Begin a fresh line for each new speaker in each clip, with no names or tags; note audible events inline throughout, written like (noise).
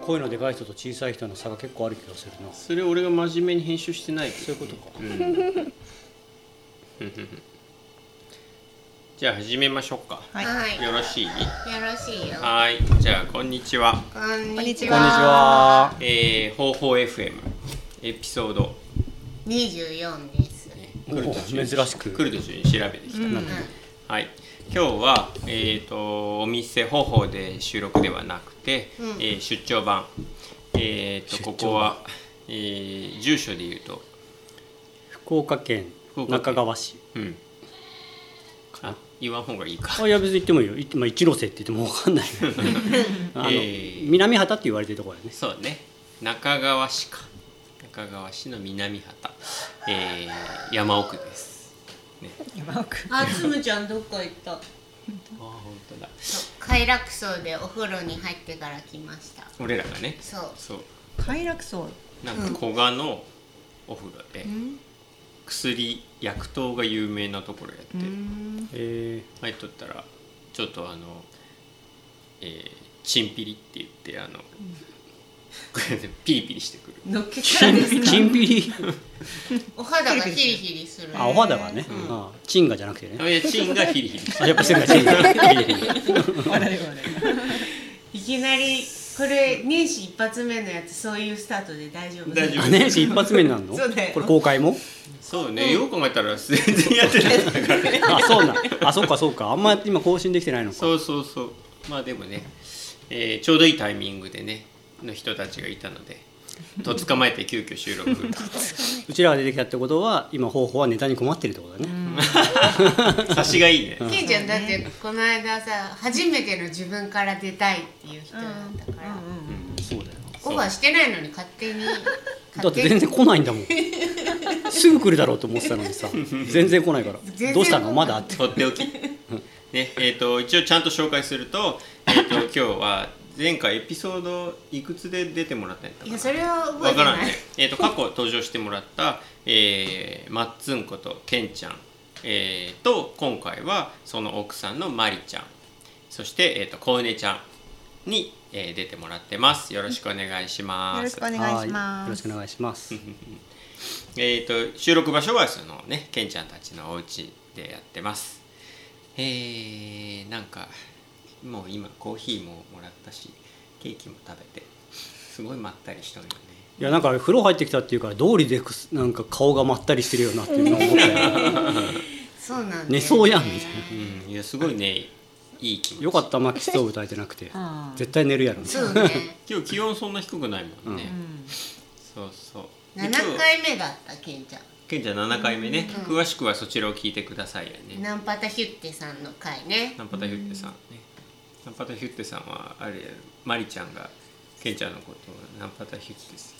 声のでかい人と小さい人の差が結構ある気がするな
それ俺が真面目に編集してない
そういうことか
うんじゃあ始めましょうか
はい
はい、よ
よろしい
ろしいよ。
はーいじゃあこんにちは
こんにち
こんにち
は。
えー、方法 FM エピソード、
二十四です。
ね、
お
に
珍しく
来る途中に調べてきた、
うん、
はい、今日は、えー、とお店方法で収録ではなくて、
うん
えー出張版、えー、と
出張
こ
版
こは、えー住所で言うと、
福岡県
福岡県
中川市
うん、あ言わん方がいいか
あいや別に行ってもいいよ行って、まあ、一ノ瀬って言っても分かんないあの、
えー
南畑って言われてるところだよね
そうね中川市か中川市の南畑、えー山奥です
山奥
あ、つむちゃんどっか行った。
あ本当だ
快楽荘でお風呂に入ってから来ました。
俺らがね
そう。
そう
快楽荘
なんか古賀のお風呂で、薬薬湯が有名なところやって、
うん
え
入っとったらちょっとあの、えー、チンピリって言ってあの、ピリピリしてくる、
のっけからで
ー、
す
チ
か。
ンピリ
お肌がヒリヒリする。
あお肌がね、あチンガじゃなくてね
いやチンがヒリヒリ (laughs) して
あやっぱせっかチンガ
笑い笑
いきなり、これ年始一発目のやつ、そういうスタートで大丈夫。
大丈夫
あね一発目になるの
そうだよ
これ公開も
そうね、よく考えたら全然やってないんだからね
あそうなんあそうかそうかあんま今更新できてないのか
そうそうそうまあでもね、えーちょうどいいタイミングでねの人たちがいたのでと捕まえて急遽収
(laughs)
録
うちらが出てきたってことは今方法はネタに困ってるってことだね、
差しがいいね、
ケンちゃんだってこの間さ初めての自分から出たいっていう人だったから、
そうだよ
オファーしてないのに勝手に
だ
勝
って
手
全
に
然来ないんだもんすぐ来るだろうと思ってたのにさ全然来ないから
然
どうしたのまだって
とっておき。ね、えっ、と、一応ちゃんと紹介すると、えっ、と、今日は前回エピソードいくつで出てもらったんやったか
い
な
やそれは覚え
わ
て
か
ない
らんね。えっ、
(laughs)
と、過去登場してもらった、えー、まっつんことけんちゃん。えー、と、今回はその奥さんのまりちゃん。そして、えっ、と、こうねちゃんに、えー出てもらってます。よろしくお願いします。
よろしくお願いし
はーよ
ま
ろし
す
くお願いします
えー、と収録場所はそのねけんちゃんたちのお家でやってますえー、なんかもう今コーヒーももらったしケーキも食べてすごいまったりしとるよね
いやなんか風呂入ってきたっていうから道理でくすなんか顔がまったりしてるよなっていうのを思ったよ
そうなんだよね
寝そうやんみたいな
うんいやすごいねいい気持ち
よかったマキストーブ炊いてなくて
(laughs) あー
絶対寝るやろ
そうね
今日気温そんな低くないもんね、
うん
そうそうで
7
今日
回目だったケンちゃん
けんちゃん7回目ね、
うん
詳しくはそちらを聞いてくださいやね
ナンパタヒュッテさんの回ね。
ナンパタヒュッテさんね、ナンパタヒュッテさんはあれマリちゃんがケンちゃんのことをナンパタヒュッテさ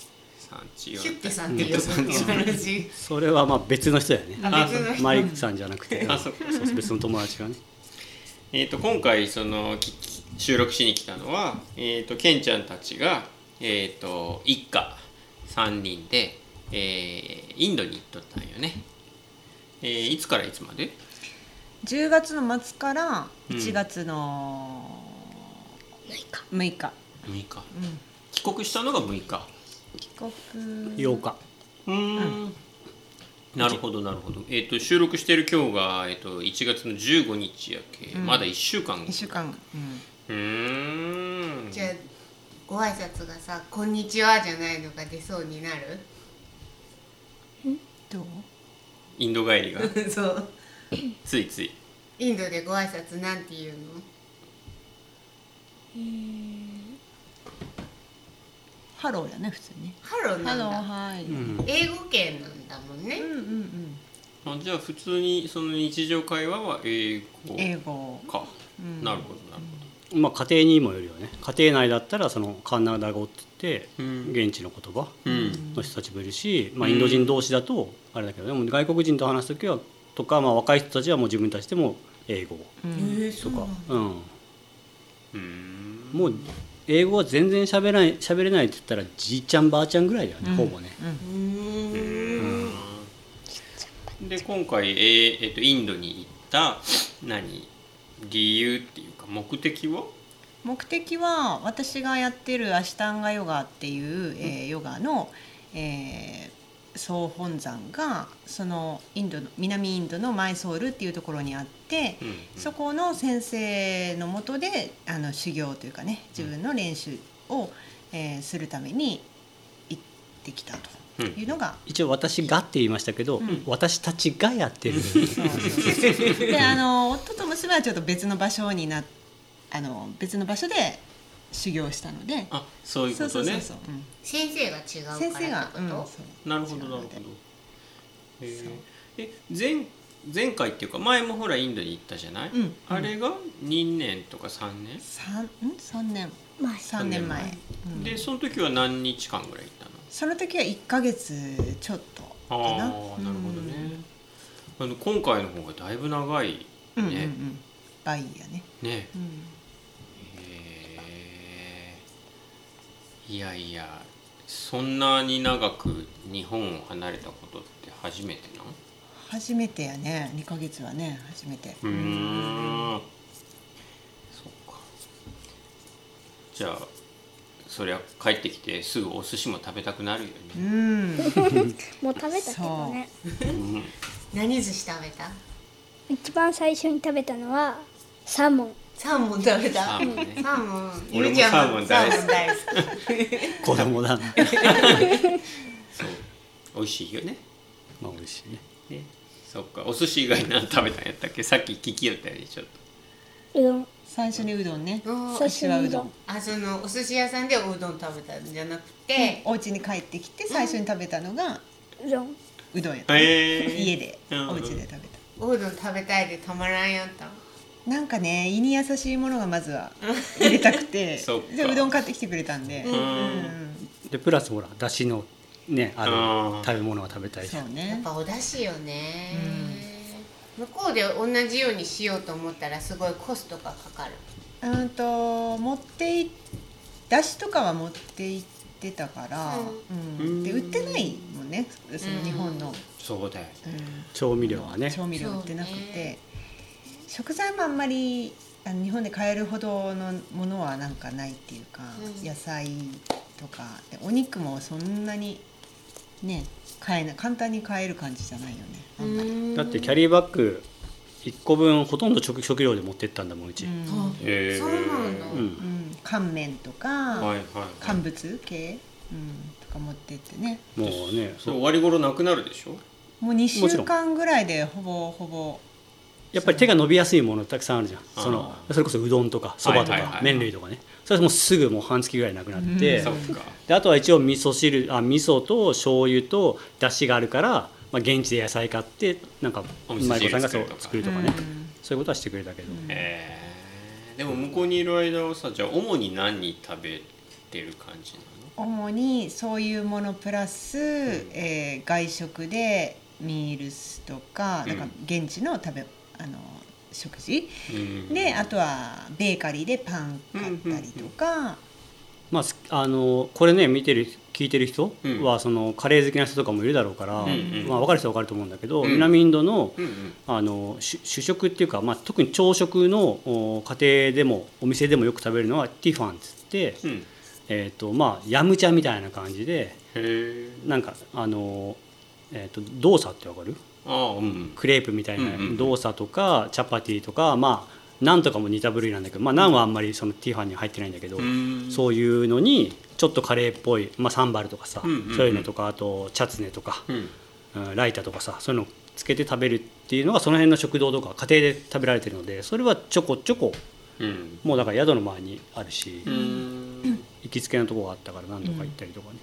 んち
ヒ
よ
ュッテさんって呼ぶっていう話。
それはまあ別の人やね
あ
あ別の人
マリさんじゃなくて
あそっか
そうそう別の友達がね
(laughs) えー、と今回そのきき収録しに来たのは、えー、とケンちゃんたちが、えー、と一家3人で、えーインドに行っとったんよね、えーいつからいつまで
10月の末から
うん
1月の6日
?6 日
うん
帰国したのが6日
帰国
8日
うんなるほどなるほど、えー、と収録してる今日が、えー、と1月の15日やけ、
ん
まだ1週間
1週間うん
うーん
じゃあご挨拶がさ「こんにちは」じゃないのが出そうになる
(laughs) どう
インド帰りが (laughs)
そう
ついつい
インドでご挨拶なんて言うの
ハローだね普通ね
ハローな
ハ
ん
ロー
だ
はいうん
うん
英語圏なんだもんね、
うんうん
あじゃあ普通にその日常会話は英語
英語
か、
うん
なるほどなる
まあ家庭にもよるよね家庭内だったらそのカンナダ語って
う
言
ん
って現地の言葉
ほど、うん
の人たちもいるし、まあ、インド人同士だとあれだけどでも外国人と話す時はとか、まあ、若い人たちはもう自分たちでも英語
うん
えそうか
うん
うーん
もう英語は全然喋らない喋れないって言ったらじいちゃんばあちゃんぐらいだよね、
うん
ほぼね
うん
うーん
で今回、えーえっとインドに行った何理由っていうか目的は
目的は私がやってるアシュタンガヨガっていう、えーヨガの、えー総本山がそのインドの南インドのマイソウルっていうところにあって、
うんうん
そこの先生のもとであの修行というかね自分の練習を、えーするために行ってきたというのが、
一応私がって言いましたけど、
ん
私たちがや
(laughs)
ってる、
そうそうそうであの夫と娘はちょっと別の場所になあの別の場所で修行したので。
あそういうことね
そう、うん
先生が違うからって
先
こと
生が、うん、
なるほどなるほど
違うので
へーえ前前回っていうか前もほらインドに行ったじゃない、
うん
あれが2年とか3年、
三ん三年
前
三年前
三
うん
でその時は何日間ぐらい行ったの
その時は一ヶ月ちょっと
あ
かな
あーなるほどね、あの今回の方がだいぶ長い
うんうんうんう
ね、
ん倍やね、
ね
うん、
へーいやいやそんなに長く日本を離れたことって初めてな
初めてやね二ヶ月はね初めて
うーんそっかじゃあそりゃ帰ってきてすぐお寿司も食べたくなるよ
う
ね、
ん
もう食べたけどね
うん
何寿司食べた
一番最初に食べたのはサーモン
サーモン食べ
サ
た
ーモンね
サーモン
俺も
ゆうちゃん
サーモン大好き
サーモン大好き
子供だな
そう美味しいよね
まあ美味しいね
ねそっかお寿司以外何食べたんやったっけさっき聞きよったよねちょっと
うどん
最初にうどんね
うん
最初にうどん
あそのお寿司屋さんでおうどん食べたんじゃなくて、
お家に帰ってきて最初に食べたのが
うどん
うどんやった、
えー
家で
うん
お家で食べた
おうどん食べたいでたまらんやった
なんかね胃に優しいものがまずは入れたく
(laughs)
て
そっか
でうどん買ってきてくれたんで、
う
うんん、
でプラスほらだしのねあ
あ
る
ー
食べ物は食べたいし
そう
やっ
ね
ぱお出汁よね、向こうで同じようにしようと思ったらすごいコストがかかる
うんと持っていだしとかは持って行ってたから、うんで売ってないもんねその日本の、
そうだよね
うん
調味料はね
調味料売ってなくて、
そうね
食材もあんまりあの日本で買えるほどのものはなんかないっていうか、
うん
野菜とかでお肉もそんなにね買えない簡単に買える感じじゃないよねあんまり。
だってキ
ャ
ャリーバッグ1個分ほとんど食食料で持ってったんだもんうち、
うん
へー
そうなんだ
う、
うんん乾麺とか、
はいはいはい
乾物系、うん、とか持ってってね
もうね
それ終わり頃なくなるでしょ
もう2
もちろん
週間ぐらいでほぼほぼ
やっぱり手が伸びやすいものたくさんあるじゃん
あー
そのそれこそうどんとかそばと
はいはいはいは
か
い
麺類とかねそれはもうすぐもう半月ぐらいなくなって、
うん
そっ
で
か
あとは一応味噌汁あ味噌と醤油とだしがあるから、まあ、現地で野菜買ってなんか
お味噌
舞子
汁
さんが
作
そう
るとか
作るとかね、
うん
そういうことはしてくれたけど、
えー、でも向こうにいる間はさじゃあ主に何食べてる感じなの
主にそういうものプラス、えー外食でミールスとか
うん
なんか現地の食べあの食事、
うん
であとはベーカリーでパン買ったりとか、
まあすあのこれね見てる聞いてる人は、そのカレー好きな人とかもいるだろうから、
うんうん
まあ、分かる人は分かると思うんだけど、
うん
南インドの
うんうん
あの主主食っていうか、まあ、特に朝食のお家庭でもお店でもよく食べるのはティファンっつって、
うんへ
えーとまあ、ヤムチャみたいな感じで
え
なんかあの、えー、と動作ってわかる
ああうん
クレープみたいな
うんうん
動作とかチャパティとか、まあ、ナンとかも似た部類なんだけど、まあ、ナンはあんまりそのティファンには入ってないんだけど、
うん
そういうのにちょっとカレーっぽい、まあ、サンバルとかさ、
うんうんうん
そういうのとかあとチャツネとか、
うん
うんライタとかさそういうのつけて食べるっていうのがその辺の食堂とか家庭で食べられてるのでそれはちょこちょこ
うん
もうだから宿の前にあるし、
うん
行きつけのとこがあったから何度か行ったりとかね、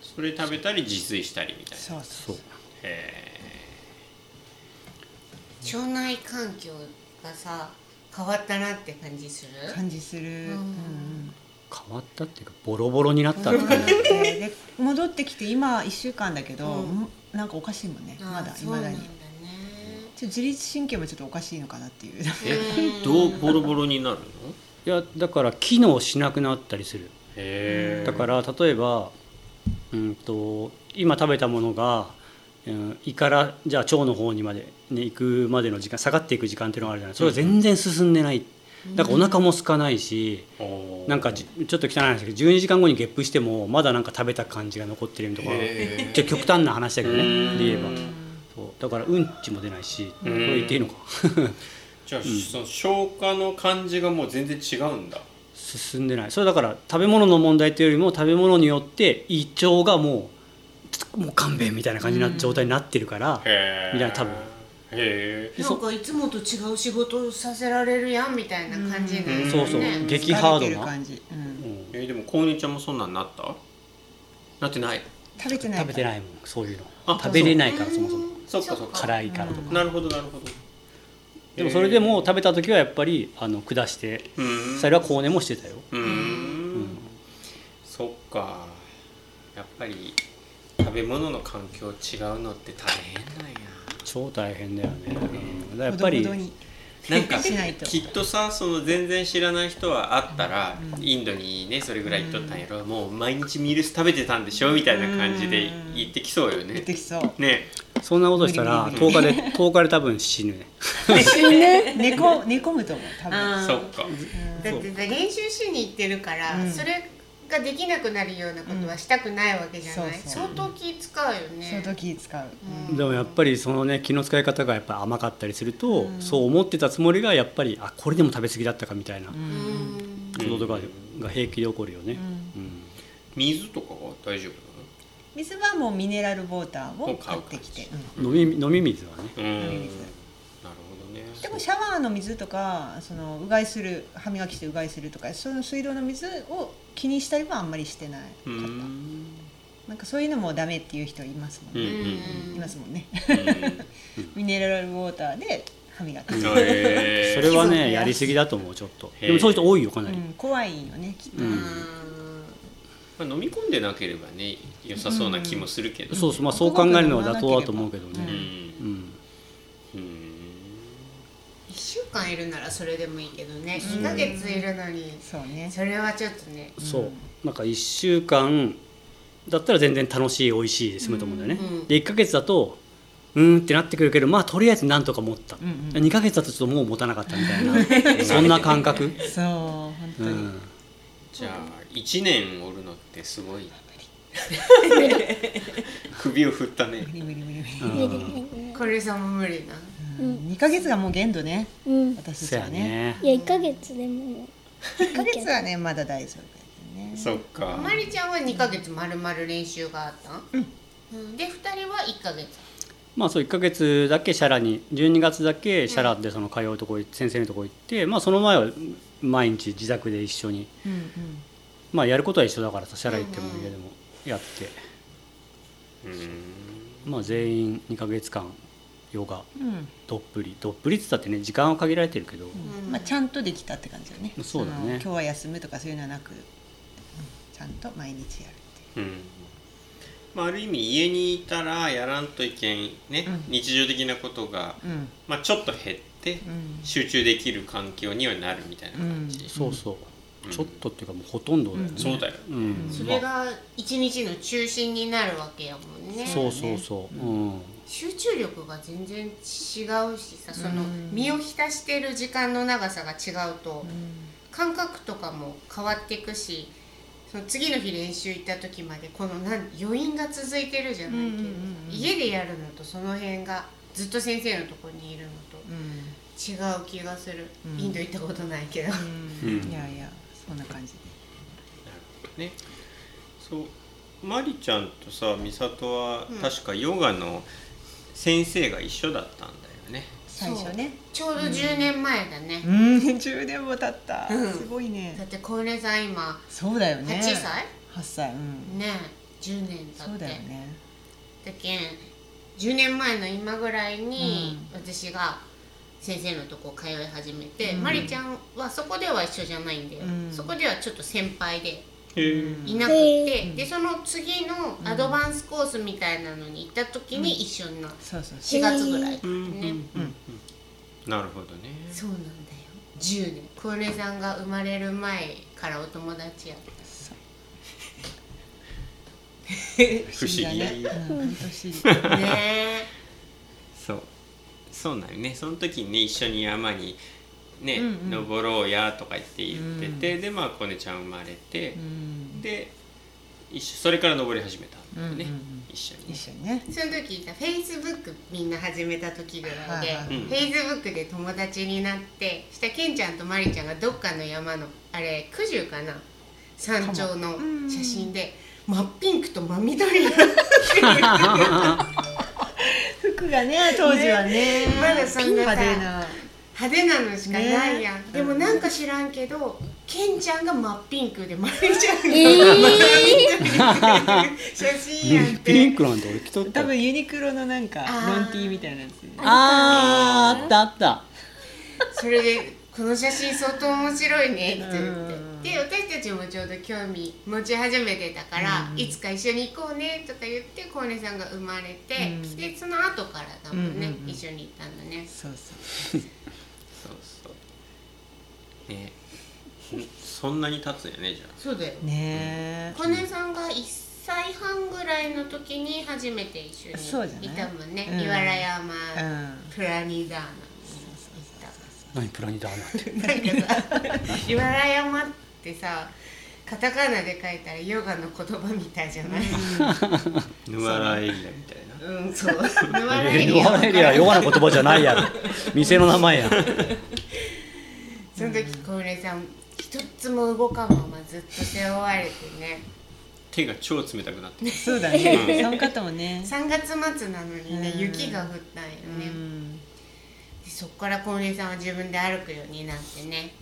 それ食べたり自炊したりみたいな
そうそ
そ
う
う
へ
腸内環境がさ変わったなって感じする
感じする、うんうん
変わったっていうかボロボロになったっていう
(laughs) で戻ってきて今1週間だけど、
うん
もなんかおかしいもんねまだ
あ
い
そう
ま
な
だ
んだ
に
ね
ちょっと自律神経もちょっとおかしいのかなっていう
えどうボロボロになるの
いやだから機能しなくなったりする
へえ
だから例えばうんと今食べたものが、うん、胃からじゃあ腸の方にまで、ね、行くまでの時間下がっていく時間っていうのがあるじゃないそれが全然進んでない、だからお腹も空かないし、なんかじちょっと汚い話だけど12時間後にゲップしてもまだなんか食べた感じが残ってるとか
へー
じゃ極端な話だけどねで言えば
うん
そうだからうんちも出ないしこれ言っていいのか
じゃあ、その消化の感じがもう全然違うんだ
進んでないそれだから食べ物の問題というよりも食べ物によって胃腸がもうちょっともう勘弁みたいな感じな状態になってるから、
へえ
みたいな多分
へえ
なんかいつもと違う仕事をさせられるやんみたいな感じになるよね
そうそう
ね
激
(laughs)
ハー
疲れて
ドな、
る感じ、うん
うん
えーでも高二ちゃんもそんなんなったなってない
食べてない
食べて
い
ないもんそういうの
あ
食べれないからそもそも
そっかそっか
辛いからとか、
なるほどなるほど
でもそれでも食べた時はやっぱりあの下して
うーん
それは高熱もしてたよ
うーんそっかやっぱり食べ物の環境違うのって大変なんや
超大変だよね、うん、だからや
や
っ
っ
ぱ
ぱ
り
り
なんか
しないと
きっとさその全然知らない人はあったら、インドにねそれぐらい行っとったんやろ、もう毎日ミールス食べてたんでしょみたいな感じで
うん
言ってきそうよ
出
ね。
てきそう
ね
そんなことしたら
無理無
10日で10日で多分死ぬね
寝こ寝込むと思う多分
そっか
だってさ練習しに行ってるから、
うん
それができなくなるようなことはしたくないわけじゃない、
うんそうそう
相当気使うよ
その
ね
時使う、
でもやっぱりそのね気の使い方がやっぱり甘かったりすると、そう思ってたつもりがやっぱりあこれでも食べ過ぎだったかみたいなこ
うん
ととかが平気で起こるよね、うん
水とかは大丈
水はもうミネラルウォーターを買ってきて、うん
飲み飲み水はね
夫なのうんなる
水
ほどね
でもシャワーの水とかそのうがいする歯磨きしてうがいするとかその水道の水を気にしたりはあんまりしてないかった、
うーんうん
なんかそういうのもダメっていう人いますもん
うん
ね、
うん
いますもんね (laughs)
う
ミネラルウォーターで歯磨き
ん
する、 (laughs)
へー
それは
そう
ね
ね
やりすぎだと思うちょっと
へー
でもそういう人多いよかな
う
り、
ん、怖いよねきっと、
うん
まあ飲み込んでなければね良さそうな気もするけど、
そうそうまあそう考えるのは妥当だと思うけど
う
ね、うんん、
うん
1週間いるならそれでもいいけどね1ヶ月いるのに
そうね
それはちょっとね
そうなんか1週間だったら全然楽しい美味しいで済むと思うんだよね、
うん
で1ヶ月だとうーんってなってくるけどまあとりあえずなんとか持った、
ん
2ヶ月だとちょっともう持たなかったみたいなそんな感覚、
そう本当
う
に、
ん、
じゃあ一年おるのってすごい首を振ったね
無理無理無理無理、
うん
これさんも無理な
うん、2ヶ月がもう限度ね
うん
私
そ
たち
や
はね
ね
いや1ヶ月でも
1ヶ月はねまだ大丈夫だよね
そっか
まりちゃんは2ヶ月まるまる練習があったん、うん、で2人は1ヶ月
まあそう1ヶ月だけシャラに12月だけシャラでその通うとこ先生のとこ行って、まあ、その前は毎日自宅で一緒に、
うんうん
まあ、やることは一緒だからさシャラ行っても家でもやって、
うーん
まあ、全員2ヶ月間ヨガ
うん
どっぷりどっぷりって言ったってね時間は限られてるけど、
うん
まあ、ちゃんとできたって感じだよね
そうだね
の今日は休むとかそういうのはなく、うんちゃんと毎日やるっ
うんまあ、ある意味家にいたらやらんといけんね、
うん
日常的なことが、
ていううん
まあ、ちょっと減って
うん
集中できる環境にはなるみたいな感じ、
そうそう、
うん
ちょっとっていうかもうほとんどだよね、
うんそうだよ
うん
それ
まあ
が一日の中心になるわけやもんね
そうそうそう、うん、
集中力が全然違うしさその
うん
身を浸してる時間の長さが違うと感覚とかも変わっていくしその次の日練習行った時までこのなん余韻が続いてるじゃないけ
うんう
ど、
んうんうん
家でやるのとその辺がずっと先生のとこにいるのと
う
違う気がする、
うん
インド行ったことないけ
ん
ど。
う
うんんいやいやそんな感じで
ねそうマリちゃんとさ美里は確かヨガの先生が一緒だったんだよね、
最初ね
ちょうど10年前だね、
うん10年も経った、
うん
すごい
だっ
ね
て小根さん今
そうだよね
8歳、
8歳うん
ね10年経って
そうだよね
だけん10年前の今ぐらいに私が先生のとこ通い始めて、
うん
まりちゃんはそこでは一緒じゃないんだよ、
うん
そこではちょっと先輩で
うん
いなくて、
うん
でその次のアドバンスコースみたいなのに行った時に一緒になった、
そうそう
4月ぐらいだったね、
うん
なるほどね
そうなんだよ10年小根さんが生まれる前からお友達やった
不思議
だねうん本当不思議
ね
そうそうなんよねその時にね一緒に山にね、
うんうん
登ろうやとか言って言ってて、でまあコネちゃん生まれて、で一緒それから登り始めたんだよね、
うんうんうん
一緒に
一緒にね
その時フェイスブックみんな始めた時ぐらいで
はいはい
フェイスブックで友達になってしたけんちゃんとまりちゃんがどっかの山のあれ九十かな山頂の写真で真っピンクと真緑の
服がね当時はね
まだそんなさ
ピン派手な
派手なのしかないやん、
ね
でもなんか知らんけどけんちゃんが真っピンクでまりちゃんが真っ緑って写真やんって
(laughs) ピンクなんて俺着とった
多
よ
分ユニクロのなんか
あー
ロンティーみたいなやつ
あーあったあった
それで「この写真相当面白いね」って言
うん
ってで私たちもちょうど興味持ち始めてたから「いつか一緒に行こうね」とか言ってコウネさんが生まれて、
うん
でその後からだもんね、
うんうんうん
一緒に行ったんだね
そうそ
そ
う
うそうねそんなに経つんやねじゃ
そうだよ
ね
コウネさんが1歳半ぐらいの時に初めて一緒
そうじゃ
にい
ない
たもんね
うん
岩良山
えうん
プラニダーナ
何プラニダーナって
に行ったなんかさ (laughs) 「岩良山」ってさカタカナで書いたらヨガの言葉みたいじゃない、
んヌアラエリアみたいな
うん、そう。ぬわらエ
え
リ
ヨ
ア
ガエリアヨガの言葉じゃないやろ店の名前や
その時、小暮さん、一つも動かんままずっと背負われてね。
手が超冷たくなってる
そうだ (laughs) ね寒かったもんね
3月末なのにね、
うん
雪が降ったんよ
う
ね。
ん
でそっから小暮さんは自分で歩くようになってね。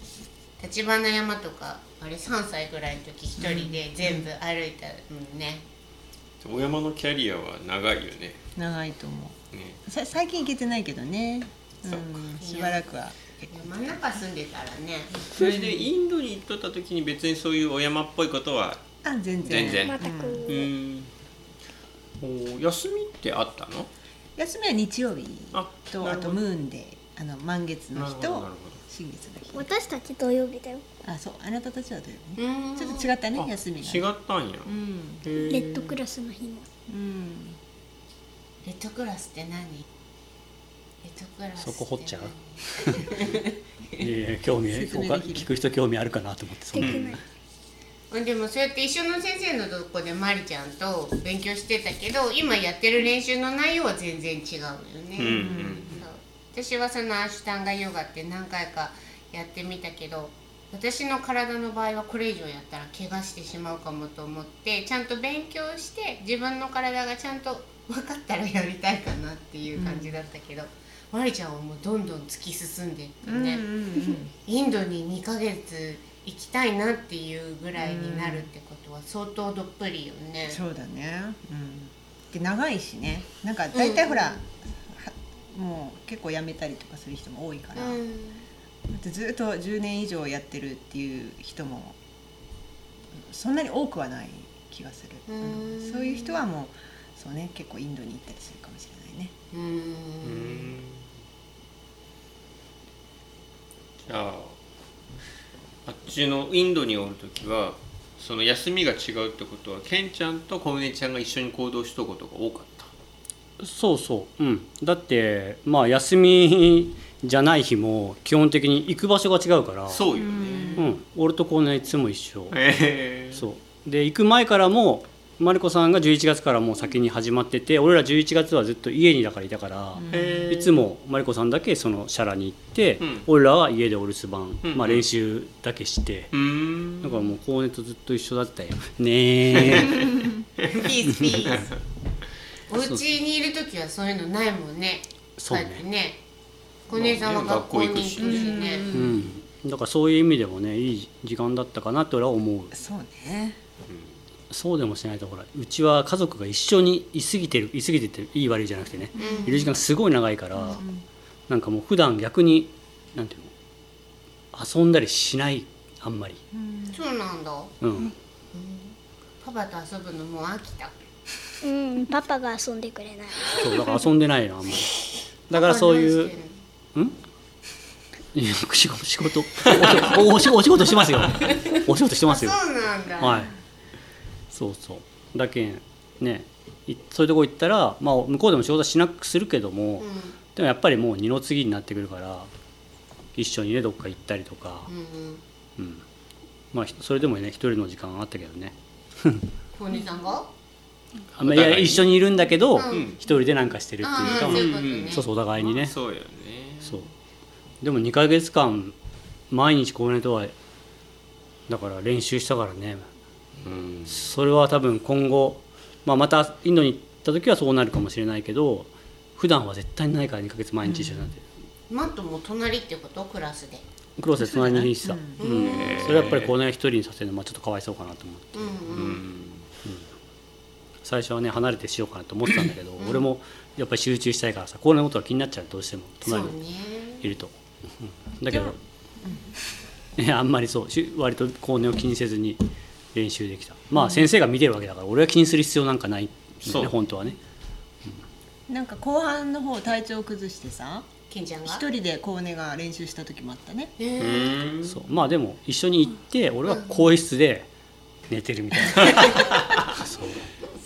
立花山とか、あれ3歳ぐらいの時一人で全部歩いたのね。
お山のキャリアは長いよね
長いと思
ね
うさ最近行けてないけどねう
そっ
んしばらくは結構
山の中住んでたらね。
それでインドに行っとった時に別にそういうお山っぽいことは
あ全然
全然
またこ
う
う、
んお休みってあったの
休みは日曜日
あ
と
な
あ
るほど
とムーンであの満月の日
なるほど
と
なるほど
新月の日
私たち土曜日だよ
あそうあなたたちは土曜日ね
うん
ちょっと違ったね
あ
休みが
違ったんや
うん
レ
レッドクラスの日も
うん
レッドクラスって何レッドクラスて
そこ掘っちゃう
何
いやいや興味
説明
他
できる
聞く人興味あるかなと思ってそ
で
ん
き
な
ない、
うんでもそうやって一緒の先生のとこでまりちゃんと勉強してたけど今やってる練習の内容は全然違うよね、
うんうん
そう私はそのアシュタンガヨガって何回かやってみたけど私の体の場合はこれ以上やったら怪我してしまうかもと思ってちゃんと勉強して自分の体がちゃんと分かったらやりたいかなっていう感じだったけど、まりちゃんはもうどんどん突き進んでいったね、インドに2ヶ月行きたいなっていうぐらいになるってことは相当どっぷりよね。
そうだねうんで長いしねなんか大体ほら、はもう結構辞めたりとかする人も多いから、だ
ん、
ってずっと10年以上やってるっていう人もそんなに多くはない気がする、
うん
うんそういう人はもうそうね結構インドに行ったりするかもしれないね
う、
うんんじゃああっちのインドにおる時はその休みが違うってことはケンちゃんと小峰ちゃんが一緒に行動しとくことが多かった
そうそううんだってまあ休みじゃない日も基本的に行く場所が違うから
そうよね
うん、俺とこうねいつも一緒
ええ
そうで行く前からもマリコさんが11月からもう先に始まってて俺ら11月はずっと家にだからいたから、
へー
いつもマリコさんだけそのシャラに行って、
うん
俺らは家でお留守番、
うん
まあ、練習だけして、
うーん
だからもう高熱とずっと一緒だった
(laughs)
よねえ
ピースピース。お家にいる時はそういうのないもんね。
そう
こやって
ね、
ね。小姉さんは学校に行くし
学校行
く
ね。
し
うん、だからそういう意味でもねいい時間だったかなって俺は思う
そうね
そうでもしないとほらうちは家族が一緒にいすぎてるいすぎてていい悪いじゃなくてね、いる時間すごい長いから、なんかもう普段逆になんていうの遊んだりしないあんまり、
そうなんだ。
うん、
パパと遊ぶのもう飽きた。
うんパパが遊んでくれない
そうだから遊んでないのあん
(laughs)
まりだからそういう
パパ何してんの
うんいや仕事仕事 (laughs) おおお仕事お仕事してます
(laughs)
よお仕事してますよ
そうなんだ。
はいそうそうだけんねいそういうとこ行ったら、まあ、向こうでも仕事はしなくするけども、
うん。
でもやっぱりもう二の次になってくるから一緒にねどっか行ったりとか、
うんうん
うんまあひそれでもね一人の時間はあったけどね
小姉さんが
あんまりいや
お互いに
一緒にいるんだけど、
うん
一人でなんかしてるっていう
あ
か、
あそういうこと
うん
ね
そうそうお互いにね
そうよね
そうでも2ヶ月間毎日コーネとはだから練習したからね
うん
それは多分今後、まあ、またインドに行った時はそうなるかもしれないけど普段は絶対にないから2ヶ月毎日一緒になってる、
マットも隣ってことクラスで
クローゼット隣にいてた、
う
うんん
へー
それはやっぱりコーネ一人にさせるのはちょっとかわいそうかなと思って
うんう
うんん
最初はね離れてしようかなと思ってたんだけど、俺もやっぱり集中したいからさコーネのことが気になっちゃうどうしても
そう
隣に
ね
いると、だけど、いやあんまりそうし割と高音を気にせずに練習できたまあ先生が見てるわけだから俺は気にする必要なんかないんだよ
そう
ね本当はね
なんか後半の方体調崩してさ
ケンちゃんが
一人でコウネが練習した時もあったね
え
う
ー
ん
そうまあでも一緒に行って俺は更衣室で寝てるみたいな (laughs) そう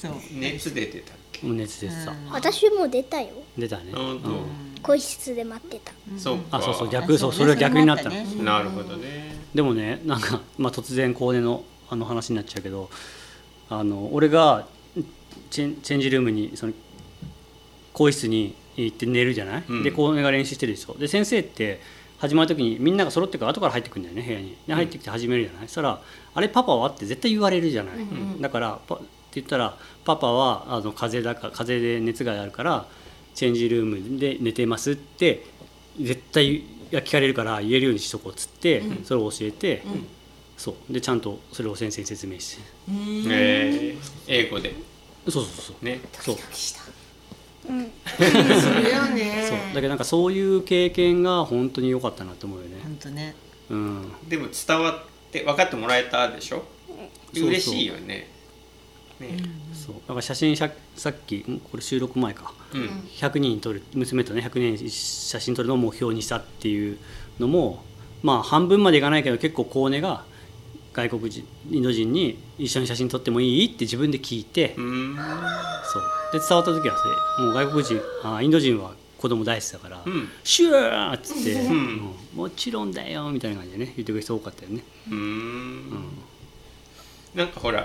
そう
熱出てたっけ
もう熱出てた
うん
私も出たよ
出たね
本当
うん
更衣室で待ってた
そう
あそうそう
か
逆そうそれが逆になったの
ねそれもあっ
なるほどね
でもねなんか、 (laughs) まあ、突然高音のあの話になっちゃうけどあの俺がチェンチェンジルームにその更衣室に行って寝るじゃない、
うん
で高音が練習してるでしょで先生って始まる時にみんなが揃ってから後から入ってくるんだよね部屋にで入ってきて始めるじゃない、そしたら「あれパパは?」って絶対言われるじゃない、
うんうん
だからパって言ったら「パパはあの風邪だか風邪で熱があるからチェンジルームで寝てます」って絶対聞かれるから言えるようにしとこうっつって、
うん
それを教えて、
うん
そうでちゃんとそれを先生に説明して
うん
えー英語で
そうそうそうそう
ね
そう
ドキドキした
うん
するよ
そう
(laughs)
だけ
ね
どなんかそういう経験が本当に良かったなと思うよ
たねほ
ね
んとね
うん
でも伝わって分かってもらえたでしょ
そうそう
嬉しいよねね
そうだから写真ささっきんこれ収録前か
うん、
100人撮る娘とね100人写真撮るのを目標にしたっていうのもまあ半分までいかないけど結構コーネが外国人インド人に一緒に写真撮ってもいいって自分で聞いて、
うん
そうで伝わった時はそれもう外国人あインド人は子供大好きだから「
うん
シュー!」っつって、
うん
うんもちろんだよ」みたいな感じでね言ってくる人多かったよね、
うん、なんかほら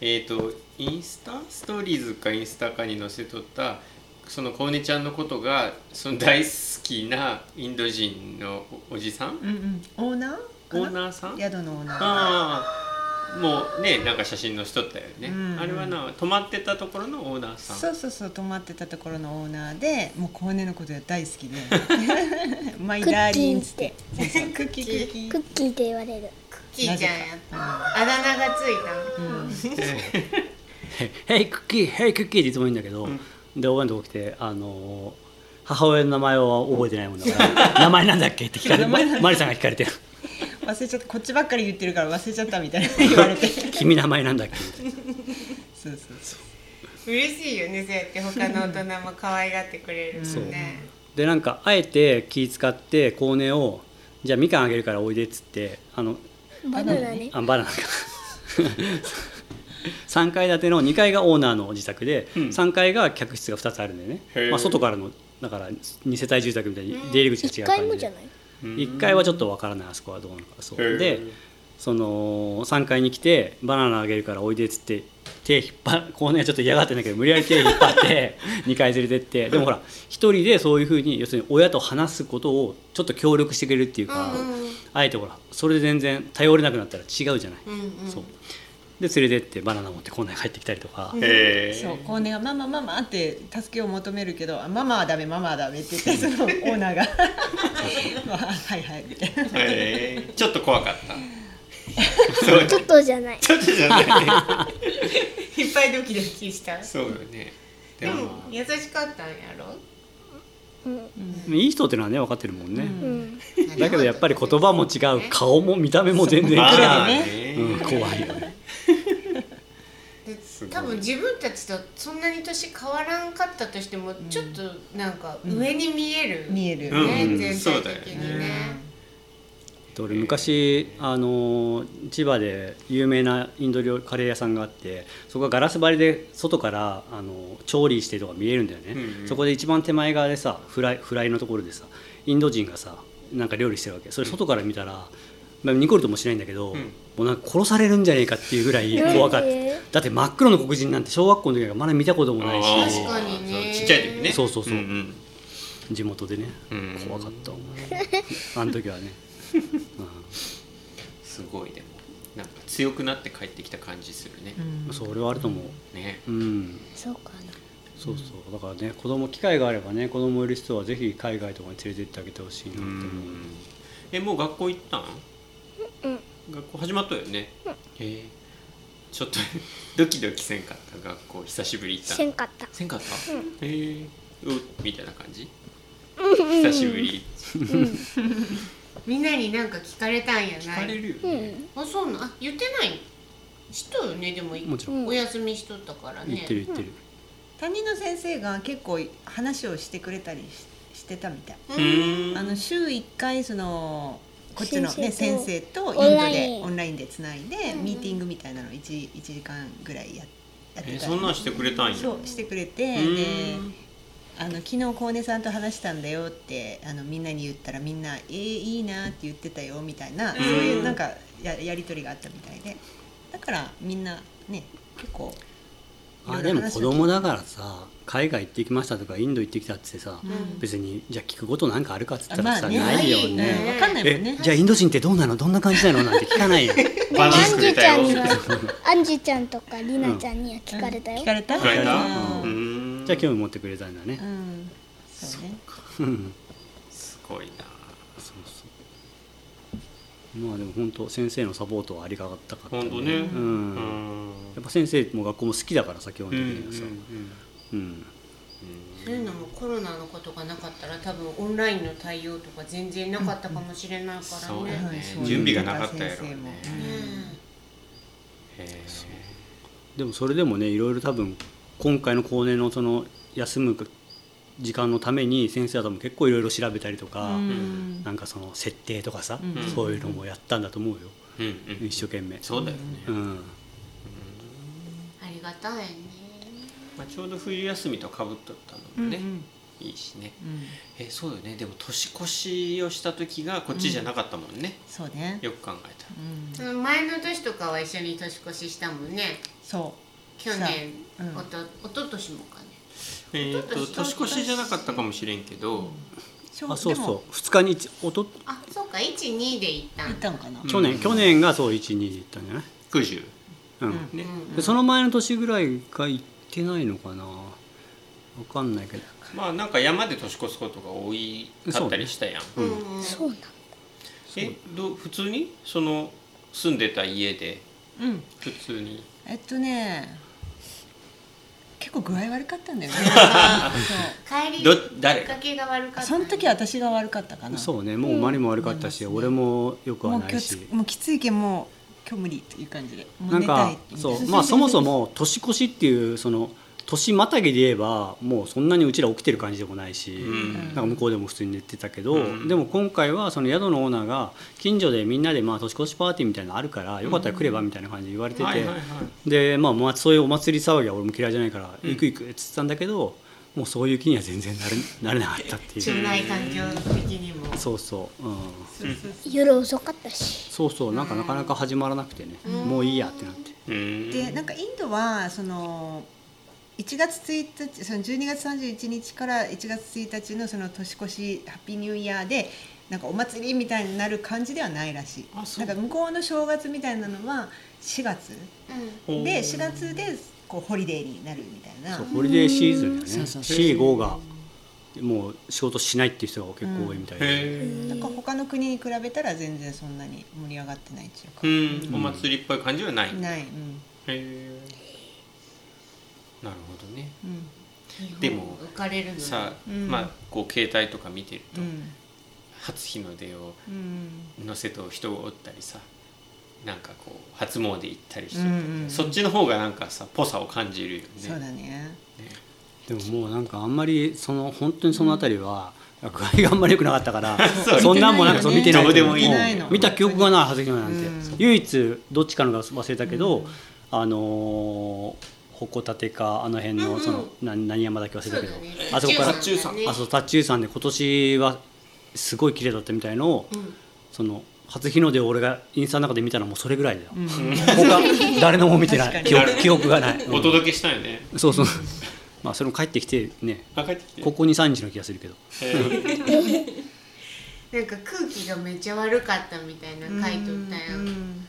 えっ、とインスタストーリーズかインスタかに載せとったその小ねちゃんのことがその大好きなインド人のおおじさん
うんうんオーナー
オ
か
ー
な
ナーさん
宿のオーナー
ああもうねなんか写真のしとったよね、
うん
あれはな泊まってたところのオーナーさん
そうそうそう泊まってたところのオーナーでもうコウネのことが大好きで「マイ
ク
ダ
ッ
ー
キ
リン」
ー
っ
っ
つ
つ
っ
ってて
そうそうクッキークッキー
クッキーって言われる
キーちゃんやった
た
あだ名がついたの
「ヘイクッキーヘイクッキー」っていつも言うんだけど、で大のとこ来てあのー母親の名前は覚えてないもんだから「 (laughs) 名前なんだっけ?」って聞かれてマリさんが聞かれて (laughs)
忘れちゃったこっちばっかり言ってるから忘れちゃったみたいな言わ
(laughs)
れて
「君名前なんだっけ?」
そうそうそう
嬉しいよねそうやって他の大人も可愛がってくれるもんね
でなんかあえて気使ってコーネを「じゃあみかんあげるからおいで」っつってあの
バナナね
あバナナか (laughs) 3階建ての2階がオーナーの自宅で、
うん
3階が客室が2つあるんでね
へ、ー
まあ、外からのだから2世帯住宅みたいに出入り口
一
が違う感
回
じで
もじゃない
1階はちょっとわからないあそこはどうなのかそう
へ
で
ー
その3階に来て「バナナあげるからおいで」っつって手引っ張 (laughs) こうねちょっと嫌がってんだけど無理やり手引っ張って (laughs) 2階連れてってでもほら一人でそういうふうに要するに親と話すことをちょっと協力してくれるっていうか、
うんうんうん
あえてほらそれで全然頼れなくなったら違うじゃない、
うんうん
そうで連れてってバナナ持ってこんなに帰ってきたりとか、
へえ
そうコウネが「ママママ」って助けを求めるけどあ「ママはダメママはダメ」って
(laughs)
言ってそのオーナーが「まあはいはい」みたいな
へえちょっと怖かった
ちょっとじゃない
ちょっとじゃないね
(laughs)
いっぱいドキドキした
そうよねで
で
も
も優しかったんやろ
うん
いい人ってのはね分かってるもんね、
うん
(laughs) だけどやっぱり言葉も違う顔も見た目も全然違う、
まあね
うん、怖いよね
(laughs) です
ごい
多分自分たちとそんなに年変わらんかったとしても、ちょっとなんか上に見える、
見える、
うん
ね、
うん
全体的にね、
で俺昔あの千葉で有名なインド料カレー屋さんがあってそこがガラス張りで外からあの調理してるとか見えるんだよね、
うんうん
そこで一番手前側でさフライフライのところでさインド人がさなんか料理してるわけそれ外から見たら、まあ、ニコルともしないんだけど、
うん
もうなんか殺されるんじゃねえかっていうぐらい怖かった、
え
だって真っ黒の黒人なんて小学校の時からまだ見たこともない
あ
し
ー
確かにね
そうちっちゃい時ね
そうそうそう
うん
地元でね
うんうん
怖かった思い
(laughs)
あの時はね、
すごいでもなんか強くなって帰ってきた感じするね、
うん、それはあると思う
ね
うん
そうかな
そうそうだからね子供機会があればね子供いる人はぜひ海外とかに連れて行ってあげてほしいなって
う
思う、
んえもう学校行ったん、
うん
学校始まったよね、えーちょっと (laughs) ドキドキせんかった学校久しぶり行った
せ
の
んかった
せんかった、えーうみたいな感じ久しぶり
みんなになんか聞かれたんや
聞
な
かれ
い
る
う
よね、
ん
あそうなんあ言ってない知っとるよねでもい
もちろん
うん
お休みしとったからね
行ってる行ってる、
担任の先生が結構話をしてくれたりししてたみたい、
うーん
あの週1回そのこっちの、ね、
先
先生
生
とイン
オン
ド
ライン
でオンラインでつないでミーティングみたいなの 1, 一時間ぐらいややって
え
た
そんなんしてくれたんや
そうしてくれて
うーん
であの昨日小根さんと話したんだよってあのみんなに言ったらみんな「えー、いいな」って言ってたよみたいなそういうなんかややり取りがあったみたいでだからみんなね結構いろ
あ
い
で
ろ
も
話
子
を聞いて
供だからさ海外行ってきましたとかインド行ってきたってさ、
うん
別にじゃあ聞くことなんかあるかっつったら
まあ
さ、
ね
ないよね
ない
うんわかんないもんね
えじゃあインド人ってどうなのどんな感じなのなんて聞かないよ
バナナ
アン
作
ジ
れ
ち
た
ゃ
よ
んにはアンジちゃんとかリナちゃんには聞かれたよ、
聞かれた
聞かれた
うん
うーん
じゃあ興味持ってくれたんだね
う、んそうね
うん
すごいな
そうそうまあでも本当先生のサポートはありがたかった
本当ね
う
うんん
やっぱ先生も学校も好きだからさ基本
う
的
ん
にはさ、うん
そういうのもコロナのことがなかったら多分オンラインの対応とか全然なかったかもしれないから
そうだよ
ね。
ね
うん
準備がなかったやろうね
そう
ね
へー
でもそれでもねいろいろ多分今回の高年のその休む時間のために先生は多分結構いろいろ調べたりとか、
うん
なんかその設定とかさ、
うん
そういうのもやったんだと思うよ、
うんうん
一生懸命
そうだよね、
うん
ありがたいね。
まあ、ちょうど冬休みとかぶっとったのもね、いいしね
うん
えそうよねでも年越しをした時がこっちじゃなかったもんね、
そうね
よく考えたら
うん
その前の年とかは一緒に年越ししたもんね。
そ
去年、
そううん
おと一昨年もかね。
えー、
ちょ
と
っと
年越しじゃなかったかもしれんけど、
うしょ
あそう
でも
そう2日に一おと
あ、そうか一二で行った
行っ
ん
た
だ。
のかな
去年、
うん
去年がそう12で行ったんじゃない、
90
うん
ね、
でその前の年ぐらいが行ってないのかなわかんないけど
まあなんか山で年越すことが多いかったりしたやん、
うんうん。
そうなんだ
えどう普通にその住んでた家で
うん
普通に
えっとね結構具合悪かったん
(laughs)
だよねそ
帰り
ど
き
誰
っかけが悪かった、
うその時は私が悪かったかな
そうねもうマリも悪かったし、
うん
俺もよく
も
は
う
な
今
い
日
し
つもうきついけんもう今日無理っていう感じでも
な
うん寝た
か
いって
そうまあそもそも年越しっていうその年またぎで言えばもうそんなにうちら起きてる感じでもないし、
うん
なんか向こうでも普通に寝てたけど、
うん
でも今回はその宿のオーナーが近所でみんなでまあ年越しパーティーみたいなのあるからよかったら来ればみたいな感じで言われてて、
はいはいはい
でまあまあそういうお祭り騒ぎは俺も嫌いじゃないから行く行くって言ってたんだけど、もうそういう気には全然なれ (laughs) なれなかったって
町
いう。
内環境的にも。
そうそう、うん、
夜遅かったし
そうそうなんかなかなか始まらなくてね、もういいやってなって
うーん
でなんかインドはその1月1日その12月31日から1月1日のその年越しハッピーニューイヤーでなんかお祭りみたいになる感じではないらしい
あそ
な
うん
か向こうの正月みたいなのは4月
おー
で4月でこうホリデーになるみたいな
そうホリデーシーズンだよね
そうそうそう
C5 がもう仕事しないっていう人が結構多いみたいで、
へー
なんか他の国に比べたら全然そんなに盛り上がってないって
う
いうん
お祭りっぽい感じはない、
か、
へ
ない、うん
えなるほどね
うん
でも
浮かれるのに。
さあ、
うん
まあこう携帯とか見てると、
うん
初日の出を
うん
載せと人をおったりさなんかこう初詣行ったりして
う
る
んうん
そっちの方がなんかさぽさを感じるよね
そうだね
でももうなんかあんまりその本当にその辺りは具合があんまり良くなかったから
(laughs) そう
そんなんもなんかそう見てない
どうでもいい
ん
見てないの
見た記憶がないはずきのなんて、
うん
唯一どっちかのが忘れたけど、あのー鉾立かあの辺のその、な何山だけ忘れたけど、
そうだね
あそこから
タッチュー山だね
あそうタッチューさんで今年はすごい綺麗だったみたいのを、その初日の出を俺がインスタの中で見たのもそれぐらいだよ、他誰のも見てない記
確かに
憶記憶がない、うん
お届けしたよね
そうそうまあそれも帰ってきてね
あ帰ってきて
ここ23日の気がするけど
えー
なんか空気がめっちゃ悪かったみたいな書いとったやん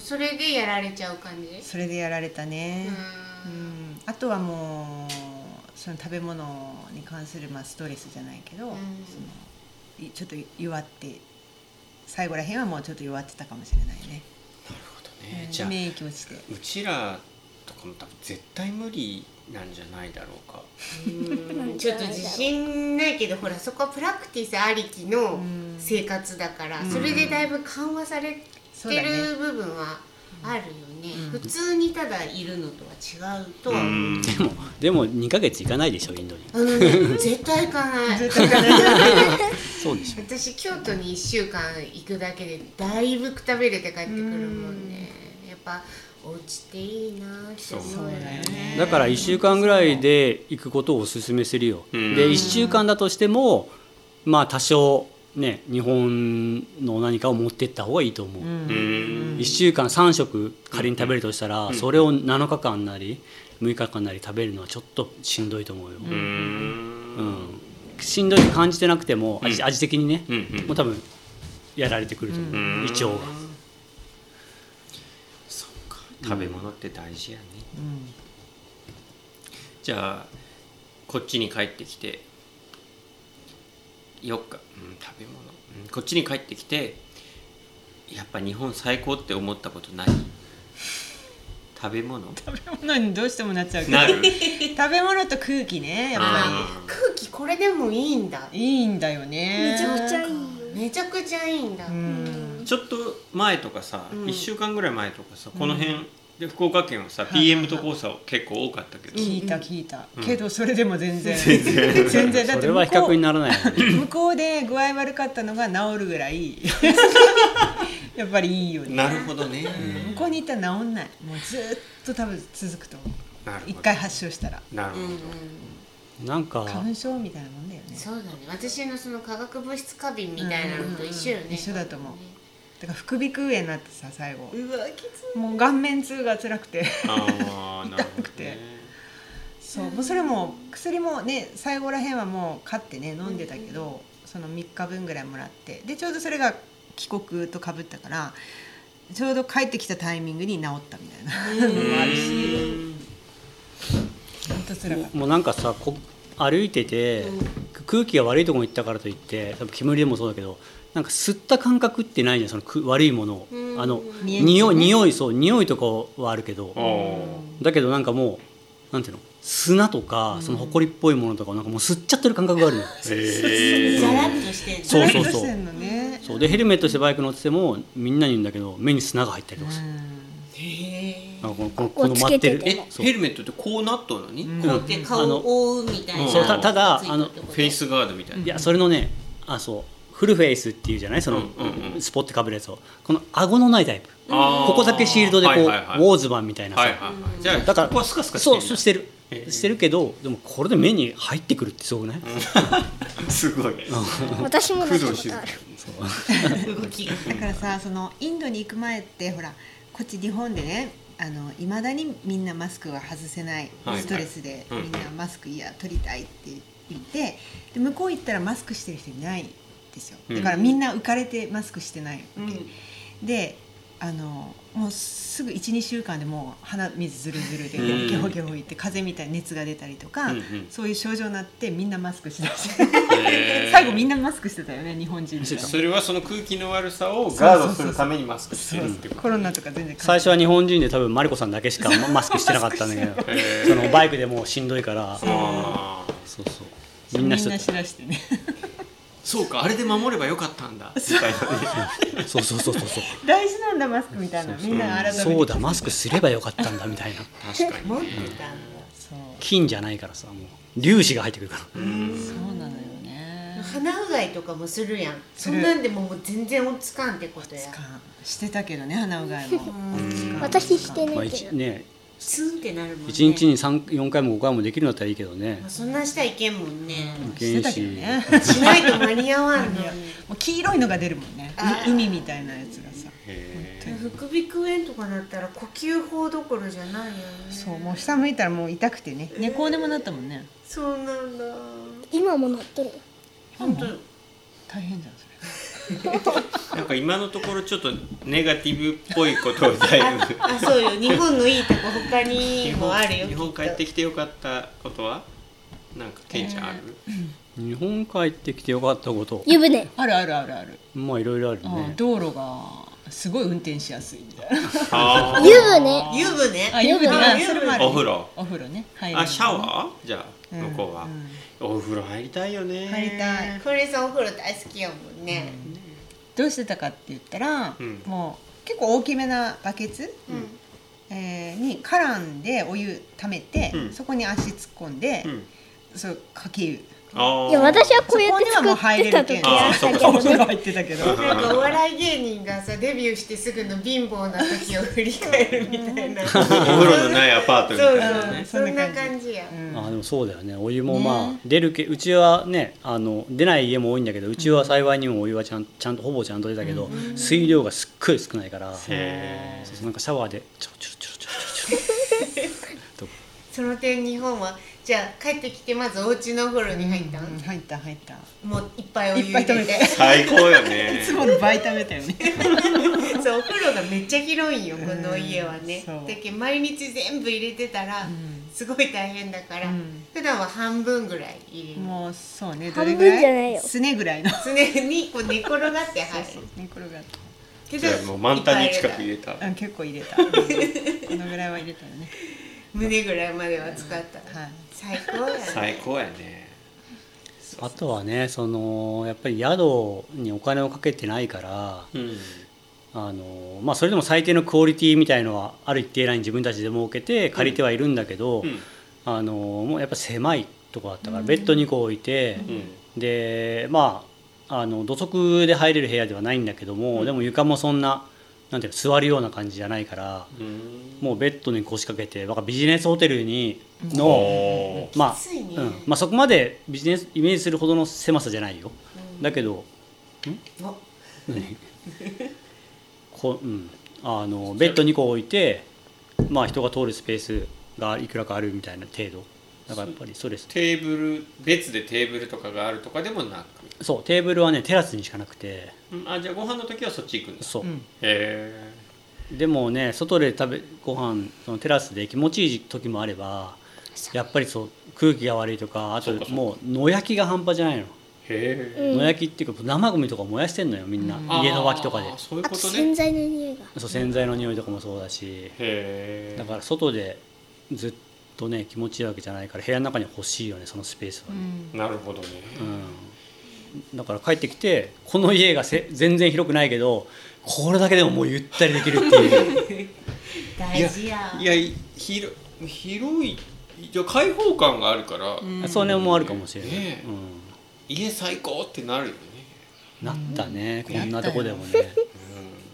それでやられちゃう感じ
それでやられたね
う
うんんあとはもうその食べ物に関するまあストレスじゃないけど、
ん
そのいちょっと弱って最後らへんはもうちょっと弱ってたかもしれないね、
なるほどね
うん
じゃあ
免疫落ちて
うちらとかも多分絶対無理なんじゃないだろうか
うんちょっと自信ないけどほらそこはプラクティスありきの生活だからそれでだいぶ緩和され
そうだ
て
ね
る部分はあるよね普通にただいるのとは違うとあの
ん
でもでも2ヶ月行かないでしょインドに
ね絶対行かない
絶対行かない
(laughs)
そうでしょ
私京都に1週間行くだけでだいぶくたびれて帰ってくるもんねやっぱお家っていいなって思うよね
だから1週間ぐらいで行くことをお勧めするよ、
うん
で1週間だとしてもまあ多少ね日本の何かを持ってった方がいいと思う、
うーん
1週間3食仮に食べるとしたら、それを7日間なり6日間なり食べるのはちょっとしんどいと思うよ、
うーん
うんしんどいと感じてなくても味,、
うん
味的にね、
うんうん
もう多分やられてくると思う、
うん
胃腸が
そっか食べ物って大事やね、じゃあこっちに帰ってきて4日、うん、食べ物、うんこっちに帰ってきてやっぱ日本最高って思ったことない食べ物
食べ物にどうしてもなっちゃうけど
なる
食べ物と空気ねやっぱ
あ空気これでもいいんだ
りいいんだよね
めちゃくちゃいいよ
めちゃくちゃいいんだ、
うん
ちょっと前とかさ、
うん
1週間ぐらい前とかさこの辺で福岡県はさ、PM と黄砂結構多かったけど、
聞いた聞いた、
うん
けどそれでも全然全然だっ
そ
て
れは
向
比較
こ
に
う
ならないよね
(laughs) 向こうで具合悪かったのが治るぐらいやっぱりいいよね
なるほどね、
向こうに行ったら治んないもうずっと多分続くと思う
なるほど
一回発症したら
なるほ
うん
ど、
うん
なんか
花粉症みたいなもんだよね
そうだね私のその化学物質過敏みたいなのと一緒よね、
一緒だと思うだから副鼻腔炎になってさ最後
うわきつ
もう顔面痛が辛くて
ああなるほ
痛く
どね
てそうもうそれも薬もね最後らへんはもう買ってね飲んでたけど、その3日分ぐらいもらってでちょうどそれが帰国とかぶったからちょうど帰ってきたタイミングに治ったみたいなのもあるし (laughs) 本当辛かった
もうなんかさこ歩いてて、空気が悪いところに行ったからといって多分煙でもそうだけどなんか吸った感覚ってないじゃんそのく悪いものを、
うん
あの
見えん
匂い
ね
匂いそう匂いとかはあるけど、
あー
だけどなんかもうなんていうの砂とかその埃っぽいものとかをなんかもう吸っちゃってる感覚があるのよ、
へえ
ザラッとしてんの
そうそう
辛いこ
そ
と
う
してんのね
そうでヘルメットしてバイク乗っててもみんなに言うんだけど目に砂が入ったりとかする、なんかこのこのこの
こう
待
つけ
って
て
る
ても
そう
ヘルメットってこうなっとるのに、
こうやって顔を覆うみたいな、
うん
そうたただ
ついて
あの
るって
フ
こと
ェイスガードみたいな、
いやそれのねあそうフルフェイスっていうじゃないその、
うんうんうん
スポッてかぶるやつをこの顎のないタイプ
あー
ここだけシールドでこう、
はいはいはい
ウォーズマンみたいなさ、
はいはいはいじゃあ
だから
ここはスカスカして
そう
る
ん
だ
そうしてる、
ええ
してるけどでもこれで目に入ってくるってすごくない、
すごい
私もな
工
ったこ
藤静
とあ
香
る
動きが
だからさそのインドに行く前ってほらこっち日本でねいまだにみんなマスクが外せない
はい
ストレスで、
うん
みんなマスクいや取りたいって言ってで向こう行ったらマスクしてる人いないんですよ
うん
だからみんな浮かれてマスクしてないわけ、であのもうすぐ12週間でもう鼻水ずるずるで
うん
ゲホゲホいって風邪みたいに熱が出たりとか、
うんうん
そういう症状になってみんなマスクしだして
へー
(laughs) 最後みんなマスクしてたよね日本人
してた
それはその空気の悪さをガードするためにマスクしてるってこと
コロナとか全然
最初は日本人で多分マリコさんだけしかまマスクしてなかったんだけど
へ
(laughs) そのバイクでもうしんどいからそう
あー
そうみんなし
み
て
んな
た
しだしてね (laughs)
そうかあれで守ればよかったんだみたいなね
そうそうそうそう
(laughs)
そう
大事なんだマスクみたいなみんな改めて
そうだマスクすればよかったんだみたいな
確かに
持っ
ね
てたんだ
そう
金じゃないからさもう粒子が入ってくるから
そうなのよね
鼻うがいとかもするやん
す
そ
る
んなんでももう全然落ちかんってことや
かしてたけどね鼻うがいも
うん
私して
まあ
ない
一
けど
ね
ツンってなるもんね
1日に3 4回も5回もできるんだったらいいけどね
まあ、そんなしたらいけんもんね、
してたけどね (laughs)
しないと間に合わんの
もう黄色いのが出るもんね
あー
海みたいなやつがさ
へ
副鼻腔炎とかなったら呼吸法どころじゃないよね
そうもう下向いたらもう痛くてね寝転でもなったもんね
そうなんだ
今もなっとる
本当
大変じゃんそれ
ーなんか今のところちょっとネガティブっぽいことをだいぶ
あそうよ日本のいいとこ他
日
にも
本
あるよ
日本帰
きっ
っ
と
てきてよかったことはなんかケンちゃんある、
日本帰ってきてよかったこと
湯船
あるあるあるある、
まあいろいろある
あー
ね
道路がすごい運転しやすいみたいな
あー
湯船
湯船
あ湯船
あ
あそれもある
お風呂
お風呂ね入る
あシャワーじゃあ
うん
向こうは、
ん
お風呂入りたいよね
入りたい
クレさんお風呂大好きやもんね、
どうしてたかって言ったら、
うん
もう結構大きめなバケツ、えーに絡んでお湯溜めて、
うん
そこに足突っ込んで、
うん
そうかけ湯
あー
いや私はこうやって
そこにはもう
作っ
入
て
れ
た
るけ
時
ん
あったけど
お風呂
ね
入ってたけど
なんかお笑い芸人がさデビューしてすぐの貧乏な時を振り返るみたいなそ
お風呂のないアパートみたいなね
そんな感じや、
うん
あでもそうだよねお湯もまあ出るけ、うちはねあの出ない家も多いんだけどうちは幸いにもお湯はちゃんちゃんとほぼちゃんと出たけど、水量がすっごい少ないから、そう
へ
そうなんかシャワーでちょろちょろちょろちょろちょ
その点日本はじゃあ帰ってきてまずお家のお風呂に入ったん、
うん入った入ったい
もういっぱいお湯入れ
いっぱい
て
食べて
ー最高よね
つもの倍溜めたよね
(laughs)
(laughs) そうお風呂がめっちゃ広いんよこの家はね、
うんそう
だけど毎日全部入れてたら、
ん
すごい大変だから、
うん
普段は半分ぐらい入れる
もうそうねど
半
れ
分
ぐらい
じゃないよ
すねぐらいの (laughs)
常にこう寝転がって入る
寝転がっ
け
じ
ど
ゃあもう満タンに近く入
いっぱ
れた
い入れ
たうん結構入れたこのぐらいは入れたよね
た胸ぐらいまでは使った、
はい
最高やね
最高やね
ろあとはねそのやっぱり宿にお金をかけてないから
うん
あのまあ、それでも最低のクオリティみたいのはある一定ライン自分たちで設けて借りてはいるんだけど、
うん
あのもうやっぱ狭いとこだったから、ベッド2個置いて、
うん
でまああの土足で入れる部屋ではないんだけども、
うん
でも床もそんななんていうの座るような感じじゃないから、
うん
もうベッドに腰掛けてなんかビジネスホテルにの、
おー
まあ
ついね、
うんまあ、そこまでビジネスイメージするほどの狭さじゃないよ、だけど
お
何 (laughs) こうんあのベッド2個置いてまあ人が通るスペースがいくらかあるみたいな程度だからやっぱりそうです
テーブル別でテーブルとかがあるとかでもなく
そうテーブルはねテラスにしかなくて
うんあじゃあご飯の時はそっち行くんです
そう、
うん
へ
でもね外で食べご飯そのテラスで気持ちいい時もあればやっぱりそう空気が悪いとかあと
そうかそうか
もう野焼きが半端じゃないの、
えへ
う
え
ん
野焼きっていうか生ゴミとか燃やしてんのよみんな、家の脇とかで
あーそういう
あ
ことと
洗
ね
剤の匂いが
そう洗剤の匂いとかもそうだし
へえ
だから外でずっとね気持ちいいわけじゃないから部屋の中に欲しいよねそのスペースはね、
なるほどね
うんだから帰ってきてこの家がせ全然広くないけどこれだけでももうゆったりできるっていう
大事や
いやい広広いじゃあ開放感があるから
それもあるかもしれない、
ねえ家最高ってなるよね
うん、なったね、こんなとこでもね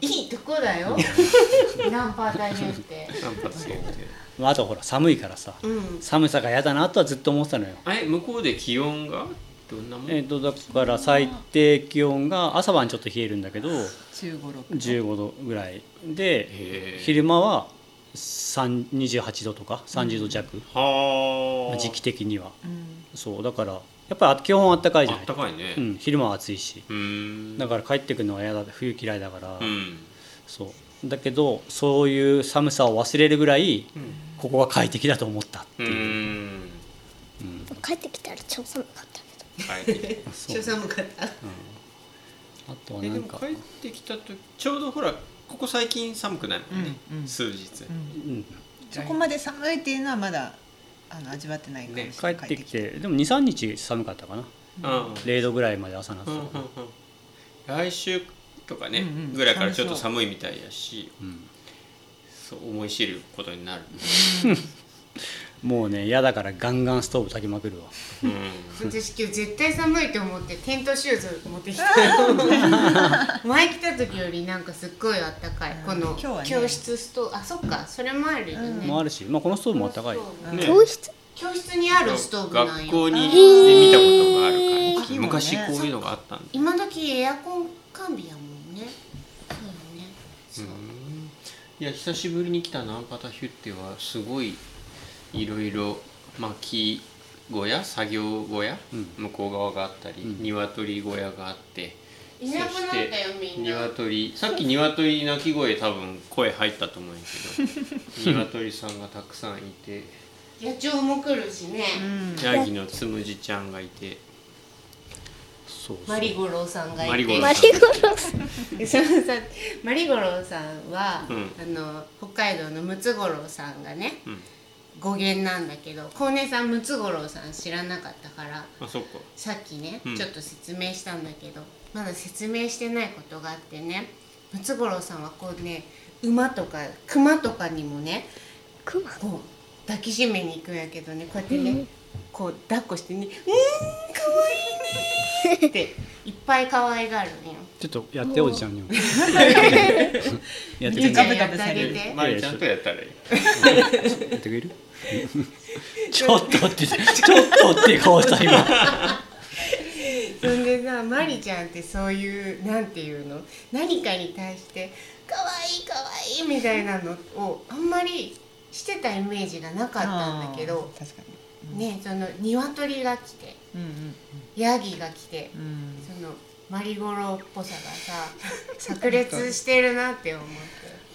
いいとこだよ (laughs) ナンパ大変って
なんかそう
まああとほら寒いからさ、
うん
寒さが嫌だなとはずっと思ってたのよ
あれ向こうで気温がどんなもん
えっ、とだから最低気温が朝晩ちょっと冷えるんだけど
1 5 6
15度ぐらいで
へえ
昼間は3 28度とか30度弱、
は
ま
あ
あ時期的にはそうだからやっぱり基本あったかいじゃ
あ
な
っ
い
たかいね
うん、昼間は暑いし
うーん
だから帰ってくるのは嫌だ冬嫌いだから、
うん
そうだけどそういう寒さを忘れるぐらい
うん
ここが快適だと思ったって
う
いう、
ーん
帰ってきたら超寒かったけど
はい
そう
超寒かった
あとは
え
な
で
ん
も
か
帰ってきたとちょうどほらここ最近寒くないもんね、
うんうん
数日、
うん
そこまで寒いっていうのはまだあの味わってないかもしれ
ね
ない
帰ってきてでも23日寒かったかな
うん
0度ぐらいまで朝なって
う
た
ん
か
うんう
なん
来週とかね、
うんうん
ぐらいからちょっと寒いみたいやし
うん
そう思い知ることになる
もうね嫌だからガンガンストーブ炊きまくるわ
うん
私今日絶対寒いと思ってテントシューズ持 (laughs) ってきた前来た時よりなんかすっごいあったかい、
うん
この
今日はね
教室ストーブあそっかそれもあるよね、
もあるし、まあ、このストーブもあったかいよ
ね
教室
教室にあるストーブなん
学
よ
校にで見たことがある
大
感
きいもん
じ昔
ね
こういうのがあったんだ
今時エアコン完備やもんねそうよねそう、
うんいや久しぶりに来たナンパタヒュッテはすごいいろいろ薪小屋作業小屋、
うん
向こう側があったり、
うん
鶏小屋があって
いなくなったよみんな
鶏さっき鶏鳴き声多分声入ったと思うんやけど鶏さんがたくさんいて
野鳥も来るしね、
うん
ヤギのつむじちゃんがいて
そうそう
マリゴロウさんがいて
マリゴロウ
マリゴロさん
(laughs) そのさマリゴロウさんは、
うん
あの北海道のムツゴロウさんがね
うん
語源なんだけど小根さんムツゴロウさん知らなかったから
あそっか
さっきね、
うん
ちょっと説明したんだけどまだ説明してないことがあってねムツゴロウさんはこうね馬とか熊とかにもね
クマ
こう抱きしめに行くんやけどねこうやってね、
うん
こう抱っこしてね「うーんかわいいね」っていっぱい可愛がるんよ。
ちょっとやっておじちゃんにも (laughs) やってくれるや
めっちゃガブガブされる
やってあげて
マリちゃんとやったらいい
ってくれる (laughs) ちょっとってちょっとって顔した今
そんでさマリちゃんってそういうなんていうの何かに対して「かわいいかわいい」みたいなのをあんまりしてたイメージがなかったんだけど
あー確かに、
ねその鶏が来て
うんうん
ヤギが来て
うんうん
そのマリゴロウっぽさがさ炸裂してるなって思って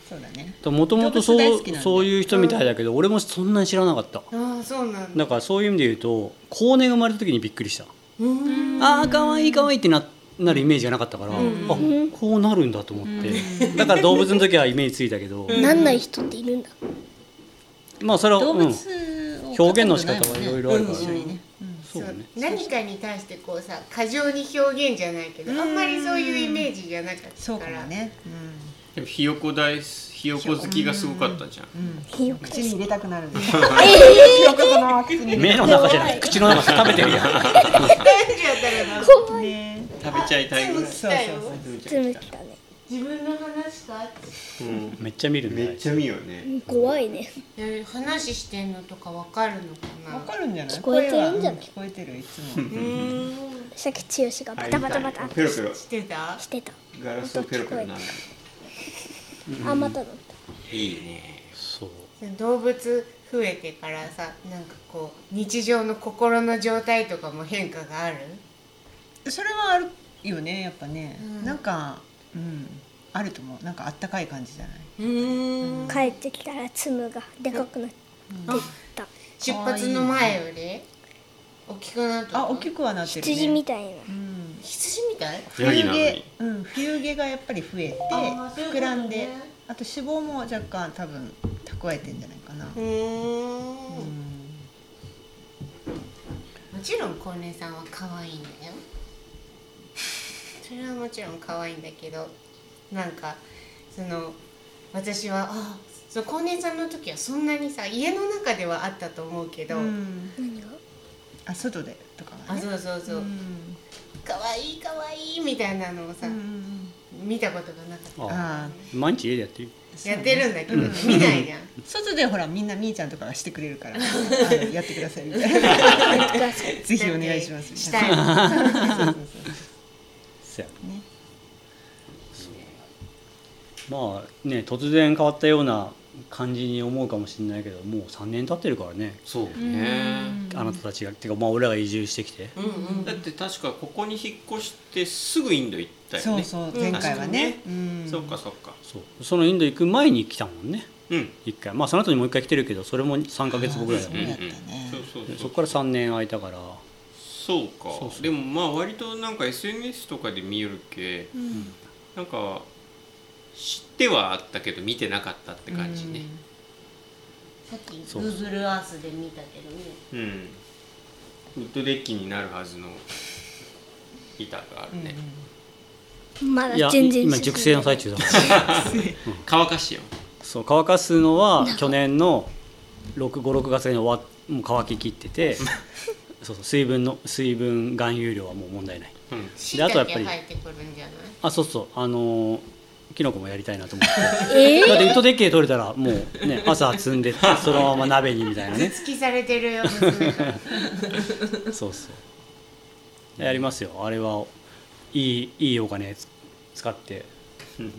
そうだね
もともとそ
動物大
う
好きなんで
そういう人みたいだけど俺もそんなに知らなかった
ああそうなんだ
だからそういう意味で言うと高音が生まれた時にびっくりした
うーん
ああかわいいかわいいってななるイメージがなかったから、
うん
あこうなるんだと思って、だから動物の時はイメージついたけど、
なんない人っているんだ
まあそれは、
動
う
物
ん、
を
表現の仕方はいろいろあるから
一緒にね、
そう
そう
ね
何かに対してこうさ過剰に表現じゃないけどあんまりそういうイメージじゃなかった
そう
か
からもね、
でもひよこ大すひよこ好きがすごかったじゃん
ひよこ
口に入れたくなる
目の中じゃない口の中食べてるやん
(laughs) ね
食べちゃいたいぐらい
そうそうそう
食べちゃい
つむ
たい
きだね
自分の話か
うん
めっちゃ見るね
めっちゃ見よね
怖いね
えー話してんのとかわかるのか
(laughs)
な
わかるんじゃない
聞こえてるんじゃない
声はうん聞こえてるいつも
うーん
さっき剛がバタバタバタ
ペロペロ
してた
してた
ガラスをペロペロなる
あまただっ
いいね
そう
動物増えてからさなんかこう日常の心の状態とかも変化がある
それはあるよねやっぱね、
うん
なんかうんあると思うなんかあったかい感じじゃない
うん
た帰ってきたらつむがでかくなった
出発の前より大きくなった
あ大きくはなってるね
羊みたいな
うん
羊みたい
ヤギ
冬
なの
毛
に、
うん、冬毛がやっぱり増えて
あーそういうことね
膨らんであと脂肪も若干多分蓄えてんじゃないかな、
う
う
ーん
ん
もちろんコウネさんは可愛いんだよ (laughs) それはもちろん可愛いんだけどなんかその私はあそうコウネさんの時はそんなにさ家の中ではあったと思うけど、
うん
何が
あ外でとかが
あ
ね
そうそうそう、
ん
可愛い可愛いみたいなのをさ、
うん
見たことがなかっ
あ
あ
あ毎日家でやってる
たやってるんだけど、見ないじゃ
ー
ん
外でほらみんなみーちゃんとかがしてくれる
(laughs)
からあのやってくださいみたいなぜひお願いしますみ
した
い
たいの
なそうそう
そや
そうね
まあね突然変わったような感じに思うかもしれないけどもう3年経ってるからね
そうね
あなたたちがてかまあ俺らが移住してきて
うんうん
だって確かここに引っ越してすぐインド行ったよ
そう
ね
そう前回はね、うん
そっかそっか
そうそのインド行く前に来たもんね
うん
一回まあその後にもう一回来てるけどそれも3か月後ぐらいだも
うんんう
ね
ん
そうだったね
そうそう
で
そ
そうこから3年空いたから
そうか
そうそう
でもまあ割となんか SNS とかで見よるけ、なんか知ってはあったけど見てなかったって感じね
さっき
そう
Google Earth で見たけどね
うん、ウッドデッキになるはずの板があ
うん
るね、
ま
いや
だ全然
今熟成の最中だから
乾かしてよ
そう乾かすのは去年の656月に終わっもう乾ききっててそうそう水分の水分含有量はもう問題ない
うん
しい
であ
た
とやっ
け
ぱり
生えてくるんじゃない
あそうそうあのーキノコもやりたいなと思って
(laughs) え
だってウッドデッキで取れたらもうね朝摘んでってそのまま鍋にみたいなね
突きされてるよ娘が
そうそうやりますよあれはいいいいお金つ使って
今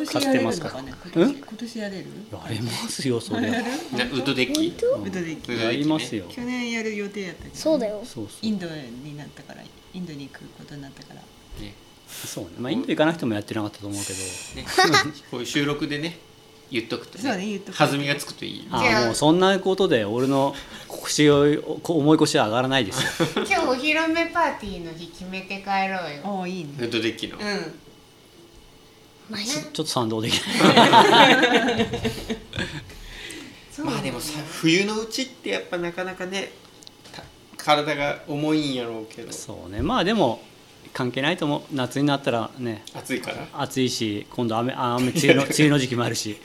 年やれるの
買って
かね今
ますか
年今年やれる
やりますよそれは
なウッドデッキ
ウッドデッキ
うん
やりますよ
去年やる予定やったけど
そうだよ
そうそ
イ
う
ンドになったからインドに行くことになったから
ね
そうねまあインド行かなくてもやってなかったと思うけど
ねこういう収録でね言っとくと
そうね言っとく
弾みがつくといい
あ
じゃ
あ
あ
もうそんなことで俺の腰をこ思い越しは上がらないです
(laughs)
よ
今日お披露目パーティーの日決めて帰ろうよ
ああいい
ウ
ね
ッドデッキの、
うん
マジ
ちょちょっと賛同できない
そう
まあでもさ冬のうちってやっぱなかなかねた体が重いんやろうけど
そうねまあでも関係ないと思う夏になったらね
暑いから
暑いし今度雨あ雨梅雨
(laughs)
の梅雨の時期もあるし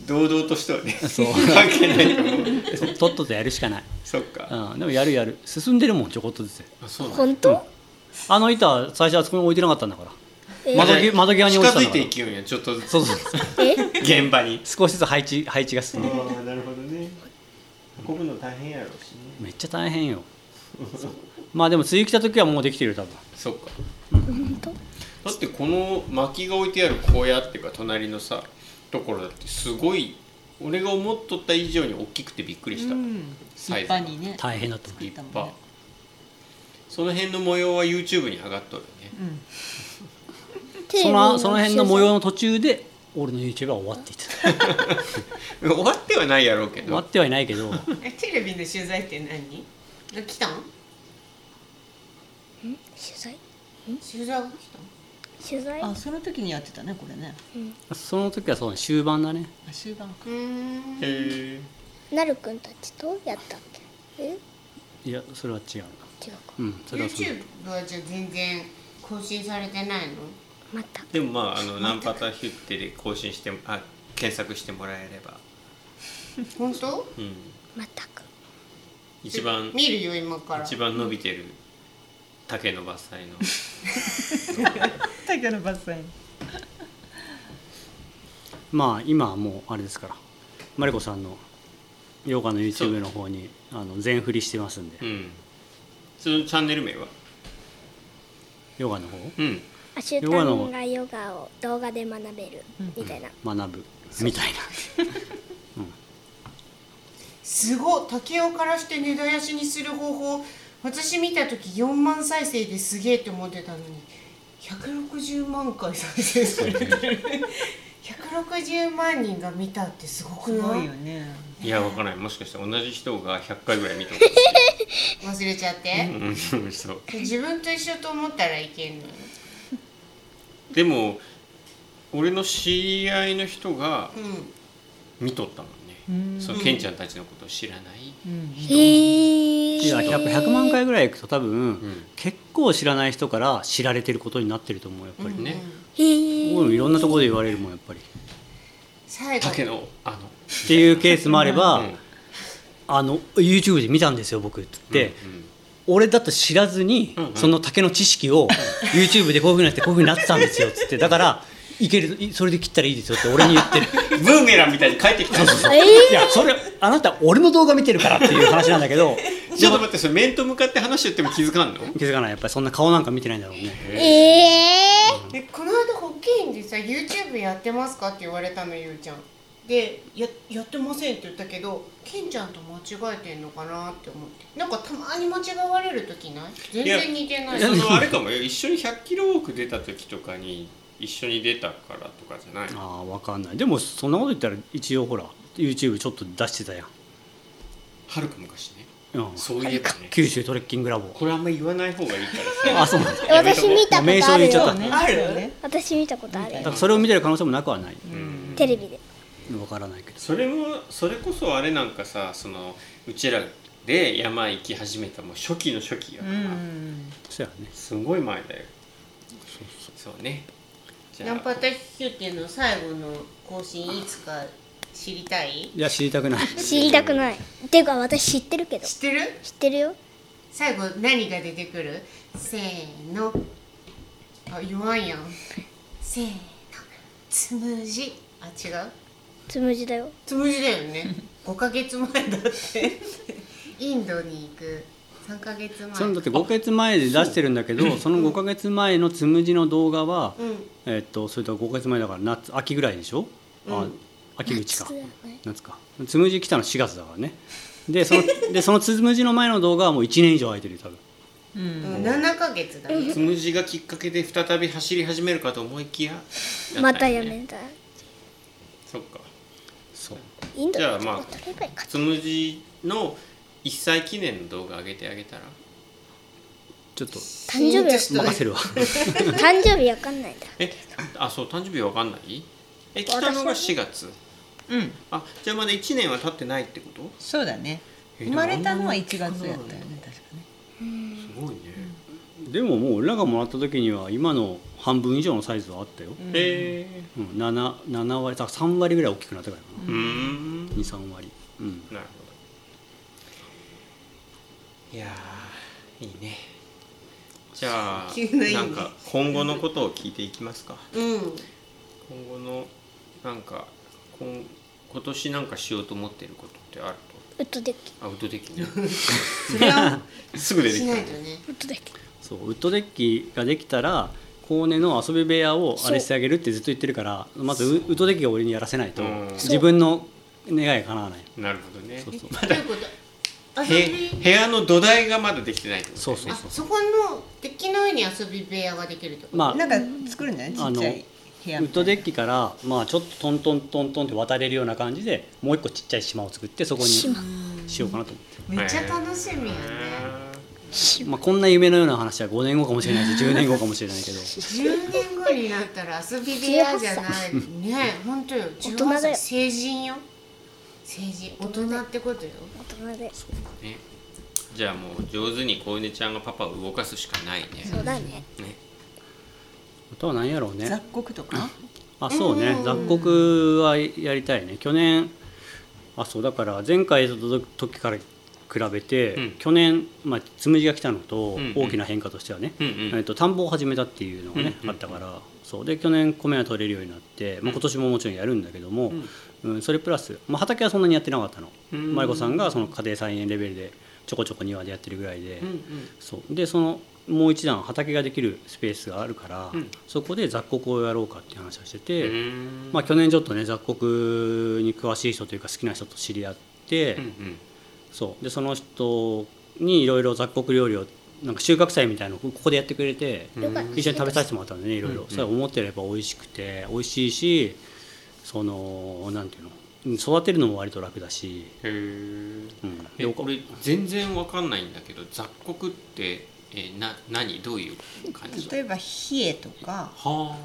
堂々としてはね
そう
関係ないと思う
ととっととやるしかない、
そっか
うん、でもやるやる進んでるもんちょこっとずつ
あそうなんだ
本当
あの板最初あそこに置いてなかったんだから
え
窓際窓際に落ちた
近
ん
づ
だから
いていきようんやちょっとずつ
そうそうそう
え
現場に
少しずつ配置配置が進んでる
ああなるほどね運ぶの大変やろうしね
めっちゃ大変よそうまあでも梅雨来た時はもうできてるよ多分
そっか
本当
だってこの薪が置いてある小屋っていうか隣のさところだってすごい俺が思っとった以上に大きくてびっくりした、
うん立
サイズ
派にね
大変だと思う
立派その辺の模様は YouTube に上がっとるよね
うん
テレビ
そのその辺の模様
の
の途中で俺の YouTube は終わっていた
終わってはないやろうけ
終わ
ど
ってはいないけど
えテレビの取材って何
え来たん
取材
取材が来
取材
あその時にやってたねこれね
その時はそうね終盤だね
あ終盤か
たんうーん
へえ
なるくんたちとやったっけえ違う
いやそれは違うな
か
うんそれはそう
YouTube はじゃあ全然更新されてないの
また
でもまああのナンパタヒュッテで更新してあ検索してもらえれば、
本当
うん、
またく
一番
見るよ今から
一番伸びてる竹の伐採の
竹の伐採
まあ今はもうあれですからマリコさんのヨガの YouTube の方にあの全振りしてますんで
うんそのチャンネル名は
ヨガの
うん
アシュタンがヨガを動画で学べるみたいな
方学ぶみたいな
すごい竹を枯らして根絶やしにする方法私見た時4万再生ですげえって思ってたのに160万回再生されてる160万人が見たってすごく
すご
ない
いよね
いやわからないもしかして同じ人が100回ぐらい見て
忘れちゃって、
る、うん、そう
自分と一緒と思ったらいけんのよ
でも俺の知り合いの人が
う
見とったもんねそのケンちゃんたちのことを知らない、
うん
へえ
いややっぱ100万回ぐらいいくと多分、
ん
結構知らない人から知られてることになってると思うやっぱり、
ん
ね
へえ
僕もいろんなところで言われるもんやっぱりっ
最後
竹のあの
ていうケースもあれば、
うん
あの YouTube で見たんですよ僕って言って、俺だと知らずに、
うんうん
その竹の知識を YouTube でこういうふうになってこういうふうになってたんですよっつってだからいけるいそれで切ったらいいですよって俺に言ってる
うんブーメランみたいに帰ってきたんですよ
いやそれあなた俺の動画見てるからっていう話なんだけど
(laughs) ちょっと待ってそれ面と向かって話してっても気づかんの
気づかないやっぱりそんな顔なんか見てないんだろうね
えー
でこの間保健院でさ YouTube やってますかって言われたのゆうちゃんでややってませんって言ったけどケンちゃんと間違えてんのかなって思ってなんかたまに間違われる時ない全然似てない
そのあれかもよ一緒に100キロ多く出た時とかに一緒に出たからとかじゃない
ああわかんないでもそんなこと言ったら一応ほら YouTube ちょっと出してたやん、
はるか昔ね
うん、
そういえばね
九州トレッキングラボ
これあんま言わない方がいいからさ
あそうなんだ
やめと
私
こう
見たことあ
名称言っ
る
ちゃった
よ
ね
ある
そうね
私見たことある
だか
よ
らそれを見てる可能性もなくはない
(laughs) うん
テレビで
わからないけど
それもそれこそあれなんかさそのうちらで山行き始めたもう初期の初期や
う
から、
ん
そうやね
すごい前だよそうねじ
ナ
ゃ
ンパ
あ
タヒューテの最後の更新いつか知りたい
いや知りたくない
知りたくないていうか私知ってるけど
知ってる
知ってるよ
最後何が出てくるせーのあ言わんやんせーのつむじあ違う
つむじだよ
つむじだよね5ヶ月前だってインドに行く3ヶ月前
そのだって5ヶ月前で出してるんだけどその5ヶ月前のつむじの動画は、
うん
えっとそれと5ヶ月前だから夏秋ぐらいでしょ、あ秋口か
つ
夏かつむじ来たの4月だからねでそのでそのつむじの前の動画はもう1年以上空いてるよ多分
うん7ヶ月だね
つむじがきっかけで再び走り始めるかと思いきや
(laughs) またやめた
そっかそう
インド
じゃ
の
あまあ
とこ取ればいいか
つむじの1歳記念の動画上げてあげたら
ちょっと
誕生日
ちょっ
任
と
せるわ
誕生日わかんないんだ
えあそう誕生日わかんないえ来たのが4月
うん
あじゃあまだ1年は経ってないってこと
そうだね
え
生まれたのは1月やったよね確かね
すごいね
でももう俺らがもらった時には今の半分以上のサイズはあったよ、
へえ
うん、7, 7割さ3割ぐらい大きくなったからか
うーん
な23割、うん、
なるほどいやーいいねじゃあ
急ないいね
なんか今後のことを聞いていきますか
うん
今後のなんか今今年なんかしようと思ってることってある
ウッドデッキ
とアウトデッキね
それは
(laughs) すぐ出て
し
き
ない
た
とね
ウッドデッキ
そうウッドデッキができたらコーネの遊び部屋をあれしてあげるってずっと言ってるからまずウウッドデッキを俺にやらせないと
うん
自分の願いが叶わない
なるほどね
そうそう
ま
と
だ
いうこと
へ部屋の土台がまだできてないってことだ
そう
よね
そう
あ
そう
そこの敵の上に遊び部屋ができるってこと
まあ
なんか作るんじゃないちっちゃい部屋
ウッドデッキから、まあ、ちょっとトントントントンって渡れるような感じでもう一個ちっちゃい島を作ってそこにしようかなと思って
めっちゃ楽しみやね
る、まあ、こんな夢のような話は5年後かもしれないし10年後かもしれないけど
10年後になったら遊び部屋じゃないねえ本当よ
大
18
人だよ
歳成人よ成人大人ってことよ
大人で
ねじゃあもう上手に小ねちゃんがパパを動かすしかないね
そうだね
ね
あとは何やろう
雑
ね
穀とか
あそうね雑穀はやりたいね去年あそうだから前回の時から比べて、
うん
去年、まあ、つむじが来たのと
うんうん
大きな変化としてはね、
うんう
えっ
ん
と田んぼを始めたっていうのがね、
うん
あったからそうで去年米が取れるようになって、まあ、今年ももちろんやるんだけども、うんそれプラス、まあ、畑はそんなにやってなかったの
うん
舞子さんがその家庭菜園レベルでちょこちょこ庭でやってるぐらいで、
うんうん
そうでそのもう一段畑ができるスペースがあるから、
うん
そこで雑穀をやろうかっていう話をして
う
て、
ーん
まあ、去年ちょっとね雑穀に詳しい人というか好きな人と知り合って。
うんうん
そうでその人にいろいろ雑穀料理をなんか収穫祭みたいなのをここでやってくれて、
よかった
一緒に食べさせてもらったんでねいろいろ、
うん
それは思ってれば美味しくて美味しいしそのなんていうのうん育てるのも割と楽だし、
へー
うん、で
え
おか
これ全然わかんないんだけど雑穀って、えーな何どういう感じ
例えば冷えとか
は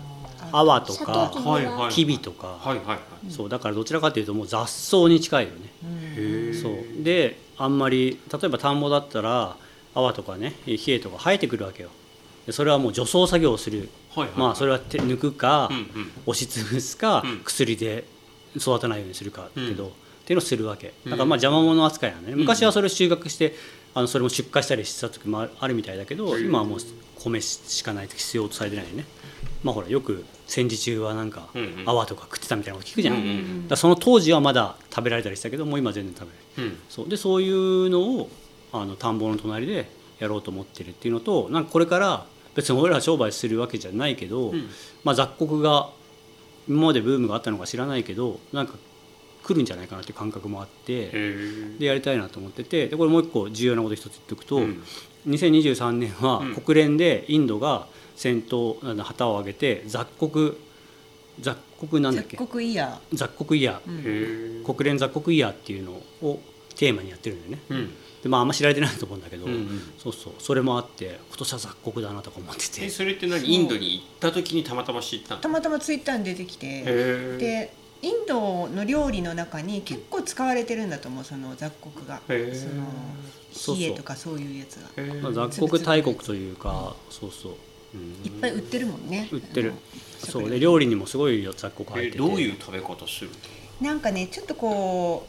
アワと
砂
か
糖
あはいはいはい
キビとか、
はいはいはい
そうだからどちらかというともう雑草に近いよね、
へえ
そうであんまり例えば田んぼだったらアワとかね冷えとか生えてくるわけよでそれはもう除草作業をする
はいはい
まあそれは手抜くか、
うんうん
押し潰すか、
うん
薬で育たないようにするかだけど、
うん
っていうのをするわけ
うん
だからまあ邪魔者扱いなんだね、
うん
昔はそれを収穫してあのそれも出荷したりした時もああるみたいだけど、
うん
今はもう米しかないと必要とされてないよねまあほらよく戦時中はなんか、
うんうん
泡とか食ってたみたいなこと聞くじゃん、
うんうんう
だか
ん
らその当時はまだ食べられたりしたけどもう今は全然食べられない
うん
そうでそういうのをあの田んぼの隣でやろうと思ってるっていうのとなんかこれから別に俺ら商売するわけじゃないけど、
うん
まあ、雑穀が今までブームがあったのか知らないけどなんか来るんじゃないかなっていう感覚もあって
へ
でやりたいなと思っててでこれもう一個重要なこと一つ言っておくと、
うん
2023年は
うん
国連でインドが先頭あの旗を上げて雑穀雑穀なんだっ
雑
け
穀イヤ
雑穀イヤ
ー、うん
えへ
ー国連雑穀イヤーっていうのをテーマにやってるんだよね。
えうん
でまああんま知られてないと思うんだけど、
うんうん
そうそうそれもあって今年は雑穀だなとか思ってて
えそれって何インドに行った時にたまたま知ったの
たまたまツイッターに出てき
へ
て
え
でインドの料理の中に結構使われてるんだと思うその雑穀がそ
へえ
そうそ
の
う
冷えとかそういうやつが
へえ
まあ雑穀大国というか、そうそう
いっぱい売ってるもんね
売ってる、
あの
そうで料理にもすごい雑穀入って
え
て
どういう食べ方する
なんかねちょっとこ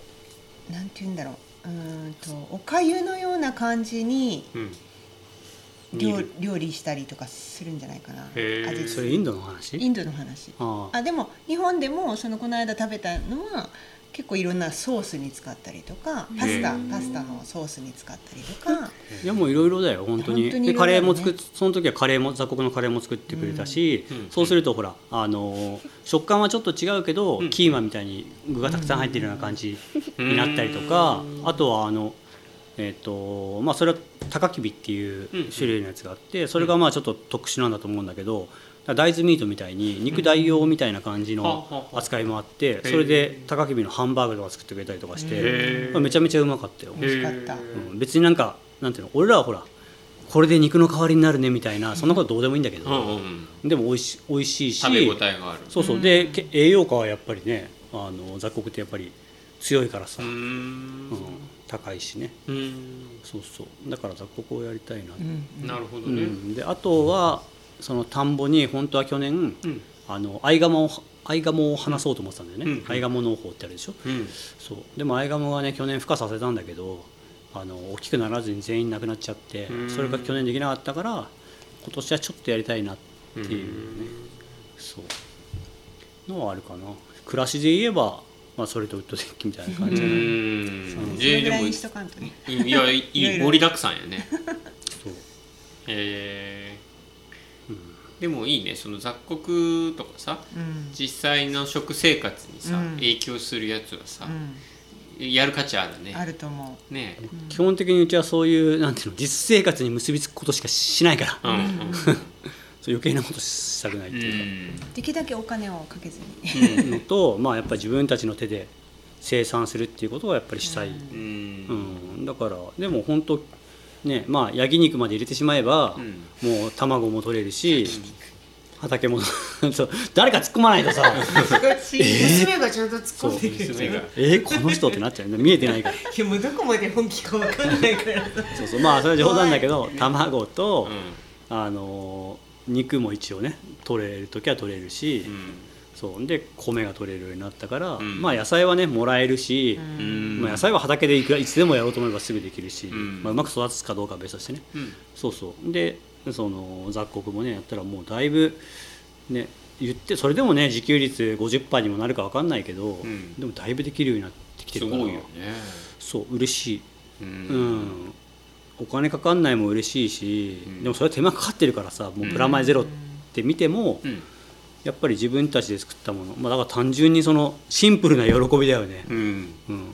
うなんて言うんだろううーんとおかゆのような感じに
うん煮
料
る
料理したりとかするんじゃないかな
へー
味
そ
それインドの話
インドの話
ああ
あでも日本でもそのこの間食べたのは結構いろんなソースに使ったりとかパスタ
へ
パスタのソースに使ったりとか
いやもういろいろだよ本当に
本当に
で
いろ
カ
いろ
レ
だ
ー
ね
も作っその時はカレーも雑穀のカレーも作ってくれたし、
うん
そうするとほらあのー食感はちょっと違うけど、
うん
キーマみたいに具がたくさん入ってるような感じになったりとか、
うん
あとはあのえっ、とまあそれは高きびっていう種類のやつがあって、それがまあちょっと特殊なんだと思うんだけど。だから大豆ミートみたいに肉代用みたいな感じ
うんは
の
あはあ
扱いもあって
ー
それで高きびのハンバーグとか作ってくれたりとかし
へ
て
ー
まあめちゃめちゃうまかったよ
美味しかった
へー
うん別になんかなんていうの俺らはほらこれで肉の代わりになるねみたいなそんなことどうでもいいんだけ
うんうん
ど、
うん
でも美味し美味しいし
食べ応えがある
そうそううんでけ栄養価はやっぱりねあの雑穀ってやっぱり強いからさ、
うー
うん
ん
高いしね
うーん
そうそうだから雑穀をやりたいな、
うんうん
なるほど
うん
ね
であとはその田んぼに本当は去年
うん
あの合鴨を合鴨を放そうと思ってたんだよね、
うん
合鴨農法ってあるでしょ
うん
そうでもアイガモがね去年孵化させたんだけどあの大きくならずに全員亡くなっちゃって
うん
それが去年できなかったから今年はちょっとやりたいなって
うん
いうねそうのはあるかな暮らしで言えば、まあ、それとウッドデッキみたいな感じ
う
だね
ーん
それ
で
ぐ
で
らい
も
にしとかんとね
いやい
いろ
い
いろ
盛りだくさんやね
そう
え
う
ー
ん
でもいいねその雑穀とかさ
うん
実際の食生活にさ、
うん
影響するやつはさ、
う
やる価値ある
んあ
ね
ると思
ねえ
基本的にうちはそういうなんていうの実生活に結びつくことしかしないから、
うんうん
そう余計なことしたくないって
う
いうか、
ん
うできるだけお金をかけずに
のと、まあ、やっぱり自分たちの手で生産するっていうことはやっぱりしたい、
う
う
ん
ん
うん、だからでも本当ねまあ焼肉まで入れてしまえば、
うん
もう卵も取れるし畑も (laughs) そう誰か突っ込まないと
(laughs)
さ
娘がちゃんと突っ込んでる
娘が
えこの人ってなっちゃう見えてないから
いやもうどこまで本気かわかんない
(laughs)
からさ
そうそうまあそれは冗談だけど卵と
う、ん
あのー肉も一応ね取れる時は取れるし、そうで米が取れるようになったから、
ん
まあ野菜はねもらえるし、
う
まあ、
ん
野菜は畑でいくらいつでもやろうと思えばすぐできるし、
うん
まあ、うまく育つかどうかは別としてね、
うん
そうそうでその雑穀もねやったらもうだいぶね言ってそれでもね自給率50%にもなるか分かんないけど、
ん
でもだいぶできるようになってきて
す
るから
ごいよね
そう嬉しい、
う
うんお金かかんないも嬉しいし、
うん
でもそれは手間かかってるからさもうプラマイゼロって見ても、
うん
やっぱり自分たちで作ったもの、まあ、だから単純にそのシンプルな喜びだよね、
うん
うん、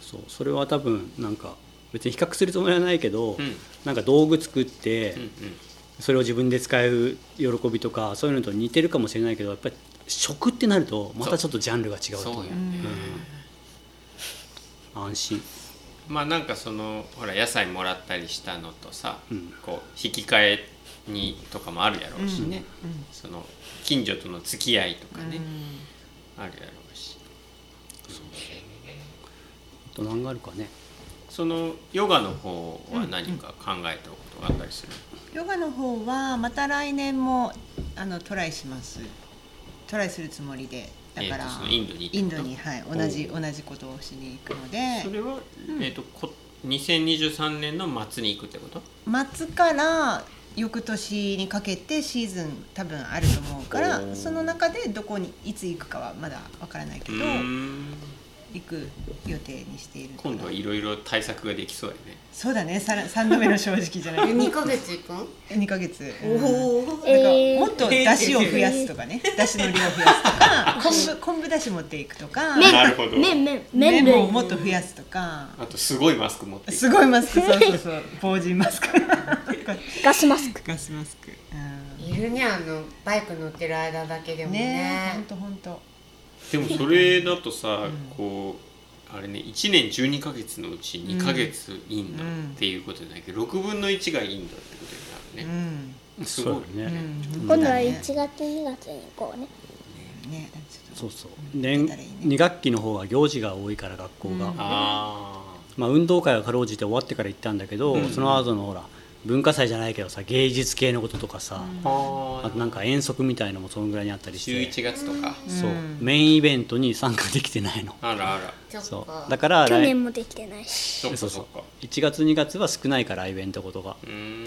そうそれは多分なんか別に比較するつもりはないけど、
うん
なんか道具作って、
うん
それを自分で使う喜びとかそういうのと似てるかもしれないけどやっぱり食ってなるとまたちょっとジャンルが違うと
そう
思う
やね
安心
まあなんかそのほら野菜もらったりしたのとさ
うん
こう引き換えにとかもあるやろうしねその近所との付き合いとかねあるやろうし
あと何があるかね
そのヨガの方は何か考えたことがあったりする、
ヨガの方はまた来年もあのトライしますトライするつもりでだ
え
か
ー
ら、
とそのインドに
インド
行った
に、はい、同じ同じことをしに行くので
それは、えー、とこ2023年の末に行くってこと
末から翌年にかけてシーズン多分あると思うから
おー
その中でどこにいつ行くかはまだわからないけ
う
ど
ーん
行く予定にしている
今度はいろいろ対策ができそうやね
そうだねさら3度目の正直じゃ
(laughs)
ない
2ヶ月行くん
2ヶ月、
お
だから
えー
もっと出汁を増やすとかね出汁の量を増やすとか昆布昆布出汁持っていくとか
なるほど
麺麺
メ
麺
モ
類
をもっと増やすとか
あとすごいマスク持って
すごいマスクそうそうそう防塵マスク
ガスマスク
ガスマスク、う
いるねあのバイク乗ってる間だけで
ん、
も
ねえほ
ね
んとほんと
でもそれだとさ、こうあれね1年12ヶ月のうち2ヶ月インドっていうことじゃないけど6分の1がインドってこと
う
になるね、
ん、
すごい
そうだ
う
ね、
ん、
今度は1
ね
月2月に行こうね
ねちょっと
そうそう年
出たらいいね
2学期の方は行事が多いから学校が、
うん
ああ
まあ、運動会はかろうじて終わってから行ったんだけど、
うん
その後のほら文化祭じゃないけどさ芸術系のこととかさ、あ
あ
となんか遠足みたいのもそのぐらいにあったりして
11月とか、
そう、
うん
メインイベントに参加できてないの
あらあら
そっ
そう
か
だから
去
来
年もできてないし
そっか
そ
そうっ
そう
か
1月2月は少ないからイベントことが
うーん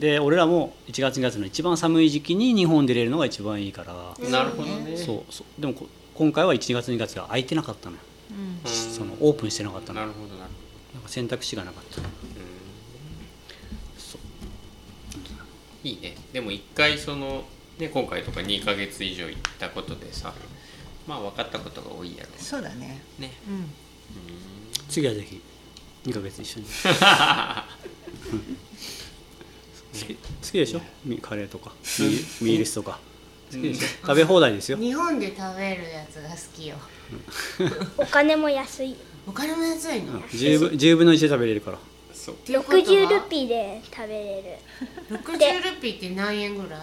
で俺らも1月2月の一番寒い時期に日本出れるのが一番いいから、
なるほどね
そうそうでもこ今回は1月2月が空いてなかったのよ、
うん
そのオープンしてなかったのな
な
ん
る
か
ほどなる
選択肢がなかった
ほどうんいいねでも一回そのね今回とか2ヶ月以上行ったことでさまあ分かったことが多いやろ
そうだね。
うね
うん。
次はぜひ2ヶ月一緒に好き好きでしょみカレーとかミーミールスとか好きでしょ食べ放題ですよ
日本で食べるやつが好きよ
お金も安い
お金も安いの、
うん10分 ,10 分の1で食べれるから
そう
っていうことは
60ルピーで食べれ
60ルピーって何円ぐらい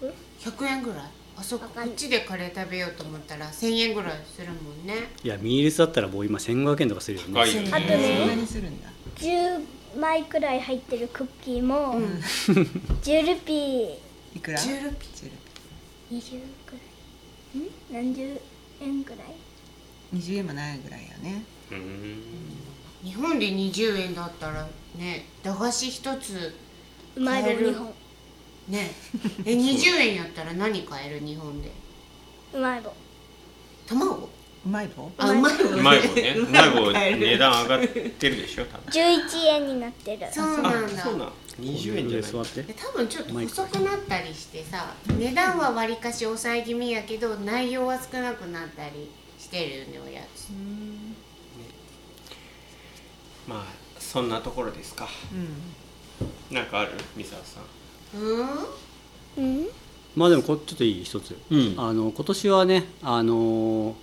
る100
100円ぐらいあそっか
わかん
こ
ない
っちでカレー食べようと思ったら1000円ぐらいするもんね
いやミールスだったらもう今1500円とかするよね、
高いよ
あと
ね
そんな
ね
にするんだ。
10枚くらい入ってるクッキーも、10ルピー
いくら？
十ル
ピ。十ルピ。
20くらいん何十円くらい
二十円もないぐらいやね。
うーん
日本で20円だったらね駄菓子一つ
うまい棒
買える
2本
(laughs) ねえ20円やったら何買える日本で
うまい棒
卵
うまい棒？
あうまい棒
うまい棒ねうまい棒
買える
値段上がってるでしょ多分
11円になってる
そうなんだ
そうなん20円じゃ
で座
ない
って
で多分ちょっと細くなったりしてさ値段はわりかし抑え気味やけど内容は少なくなったりしてるよねおやつ
まあそんなところですか
うん。
なんかある三沢さん
うん
うん
まあでもこちょっといい一つ、
うん
あの今年はねあのー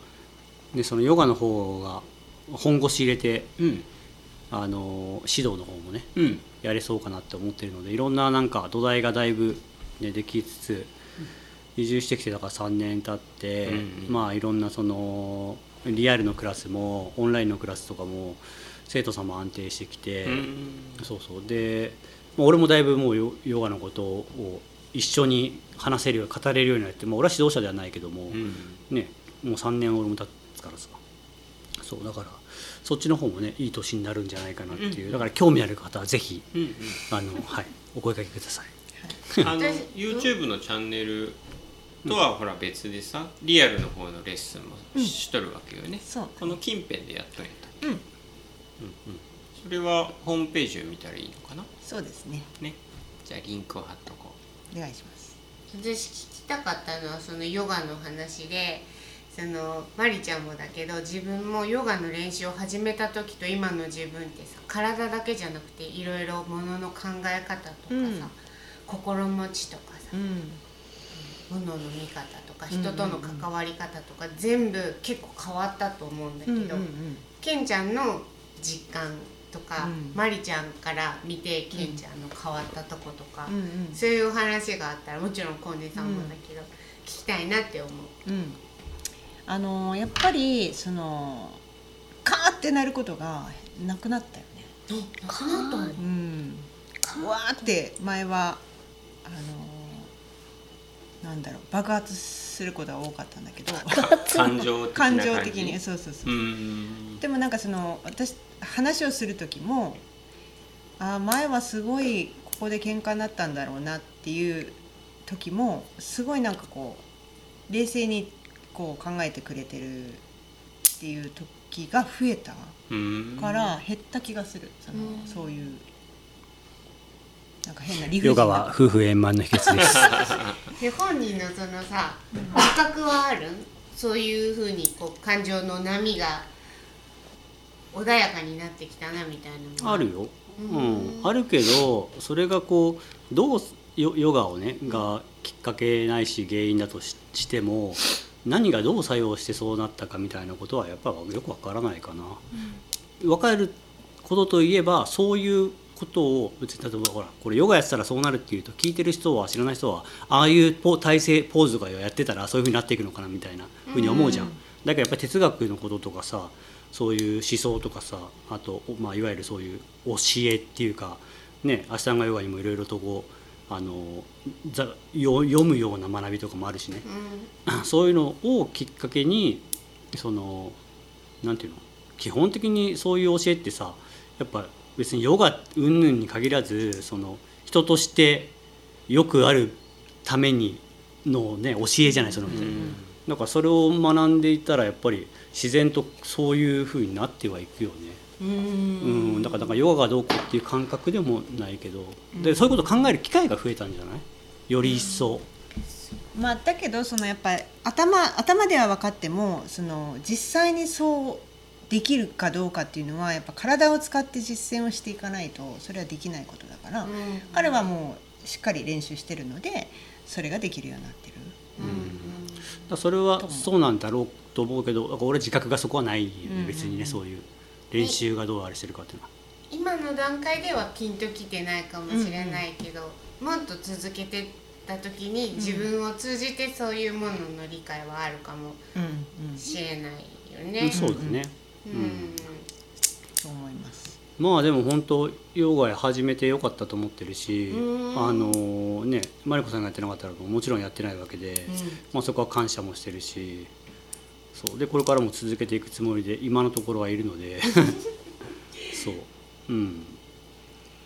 ねそのヨガの方が本腰入れて
うん
あのー指導の方もね
うん
やれそうかなって思ってるのでいろんななんか土台がだいぶ、ね、できつつ移住してきてだから3年経って、
うんうん
まあいろんなそのリアルのクラスもオンラインのクラスとかも生徒さんも安定してきて、そうそうでまあ俺もだいぶもうヨヨガのことを一緒に話せるよう語れるようになって、まあ、俺は指導者ではないけども、
うん
ねもう3年俺も経つからさそうだからそっちの方もねいい年になるんじゃないかなっていう、だから興味ある方はぜひ
うんうん
あのはいお声掛けください
あの
私
YouTube のチャンネルとはほら別でさリアルの方のレッスンもしとるわけよね、
そう。
この近辺でやっとるんだ
うん
うんうんそれはホームページを見たらいいのかな
そうですね。
ねじゃあリンクを貼っとこ
お願いします。
私聞きたかったのはそのヨガの話でそのマリちゃんもだけど自分もヨガの練習を始めた時と今の自分ってさ体だけじゃなくていろいろものの考え方とかさ、
うん
心持ちとかさ
うん。
ものの見方とか
うんうんうん
人との関わり方とか全部結構変わったと思うんだけ
う
ど、
んうんうん。
ケンちゃんの実感とか、
うん
マリちゃんから見てケンちゃんの変わったとことか。
うんうん。
そういう話があったらもちろんコーネさんもだけど、聞きたいなって思う。
うん、あのやっぱりそのカーってなることがなくなったよね。
かなと思う
うん、うわーって前はあのなんだろう爆発することが多かったんだ
(laughs)
けど
うか感情的な
感
感じ
情的にそうそうそうう。
ん
でもなんかその私話をする時もあー前はすごいここで喧嘩になったんだろうなっていう時もすごいなんかこう冷静にこう考えてくれてるっていう時が増えた
うん
から減った気がするその
うん
そういうなんか変な理不尽
ヨ
な
ガは夫婦円満の秘訣です
で本人のそのさ自覚はあるそういうふうにこう感情の波が穏やかになってきたなみたいなのは
あるよ、う、
うん
あるけどそれがこうどうヨヨガをねがきっかけないし原因だとししても何がどう作用してそうなったかみたいなことはやっぱよくわからないかな、分かることといえばそういうことを別に例えばほらこれヨガやってたらそうなるっていうと聞いてる人は知らない人はああいうポ体勢ポーズとかやってたらそういうふうになっていくのかなみたいなふうに思うじゃん。
うん
だからやっぱり哲学のこととかさそういう思想とかさあと、おまあ、いわゆるそういう教えっていうかねアシタンガヨガにもいろいろとこうあのざよ読むような学びとかもあるしね、 (clears throat) そういうのをきっかけにそのなんていうの基本的にそういう教えってさやっぱ別にヨガ云々に限らずその人としてよくあるためにの、ね、教えじゃないその、だからそれを学んでいたらやっぱり自然とそういうふうになってはいくよね。うんだからなんかヨガがどうこうっていう感覚でもないけど、でそういうこと考える機会が増えたんじゃないより一層、
まあ、だけどそのやっぱり頭頭では分かってもその実際にそうできるかどうかっていうのはやっぱ体を使って実践をしていかないとそれはできないことだから、彼はもうしっかり練習してるのでそれができるようになってる。
だからそれはそうなんだろうと思うけどだから俺自覚がそこはないよね、別にねそういう練習がどうあれしてるかっていうのは。
今の段階ではピンときてないかもしれないけど、もっと続けてった時に自分を通じてそういうものの理解はあるかも
うんうん、
しれないよ
うん
ね。
そうだね、
うん
そう思います。
まあでも本当ヨガ始めてよかったと思ってるし
うん
あのねマリコさんがやってなかったらもちろんやってないわけで、まあ、そこは感謝もしてるしそうでこれからも続けていくつもりで今のところはいるの (laughs) でそううん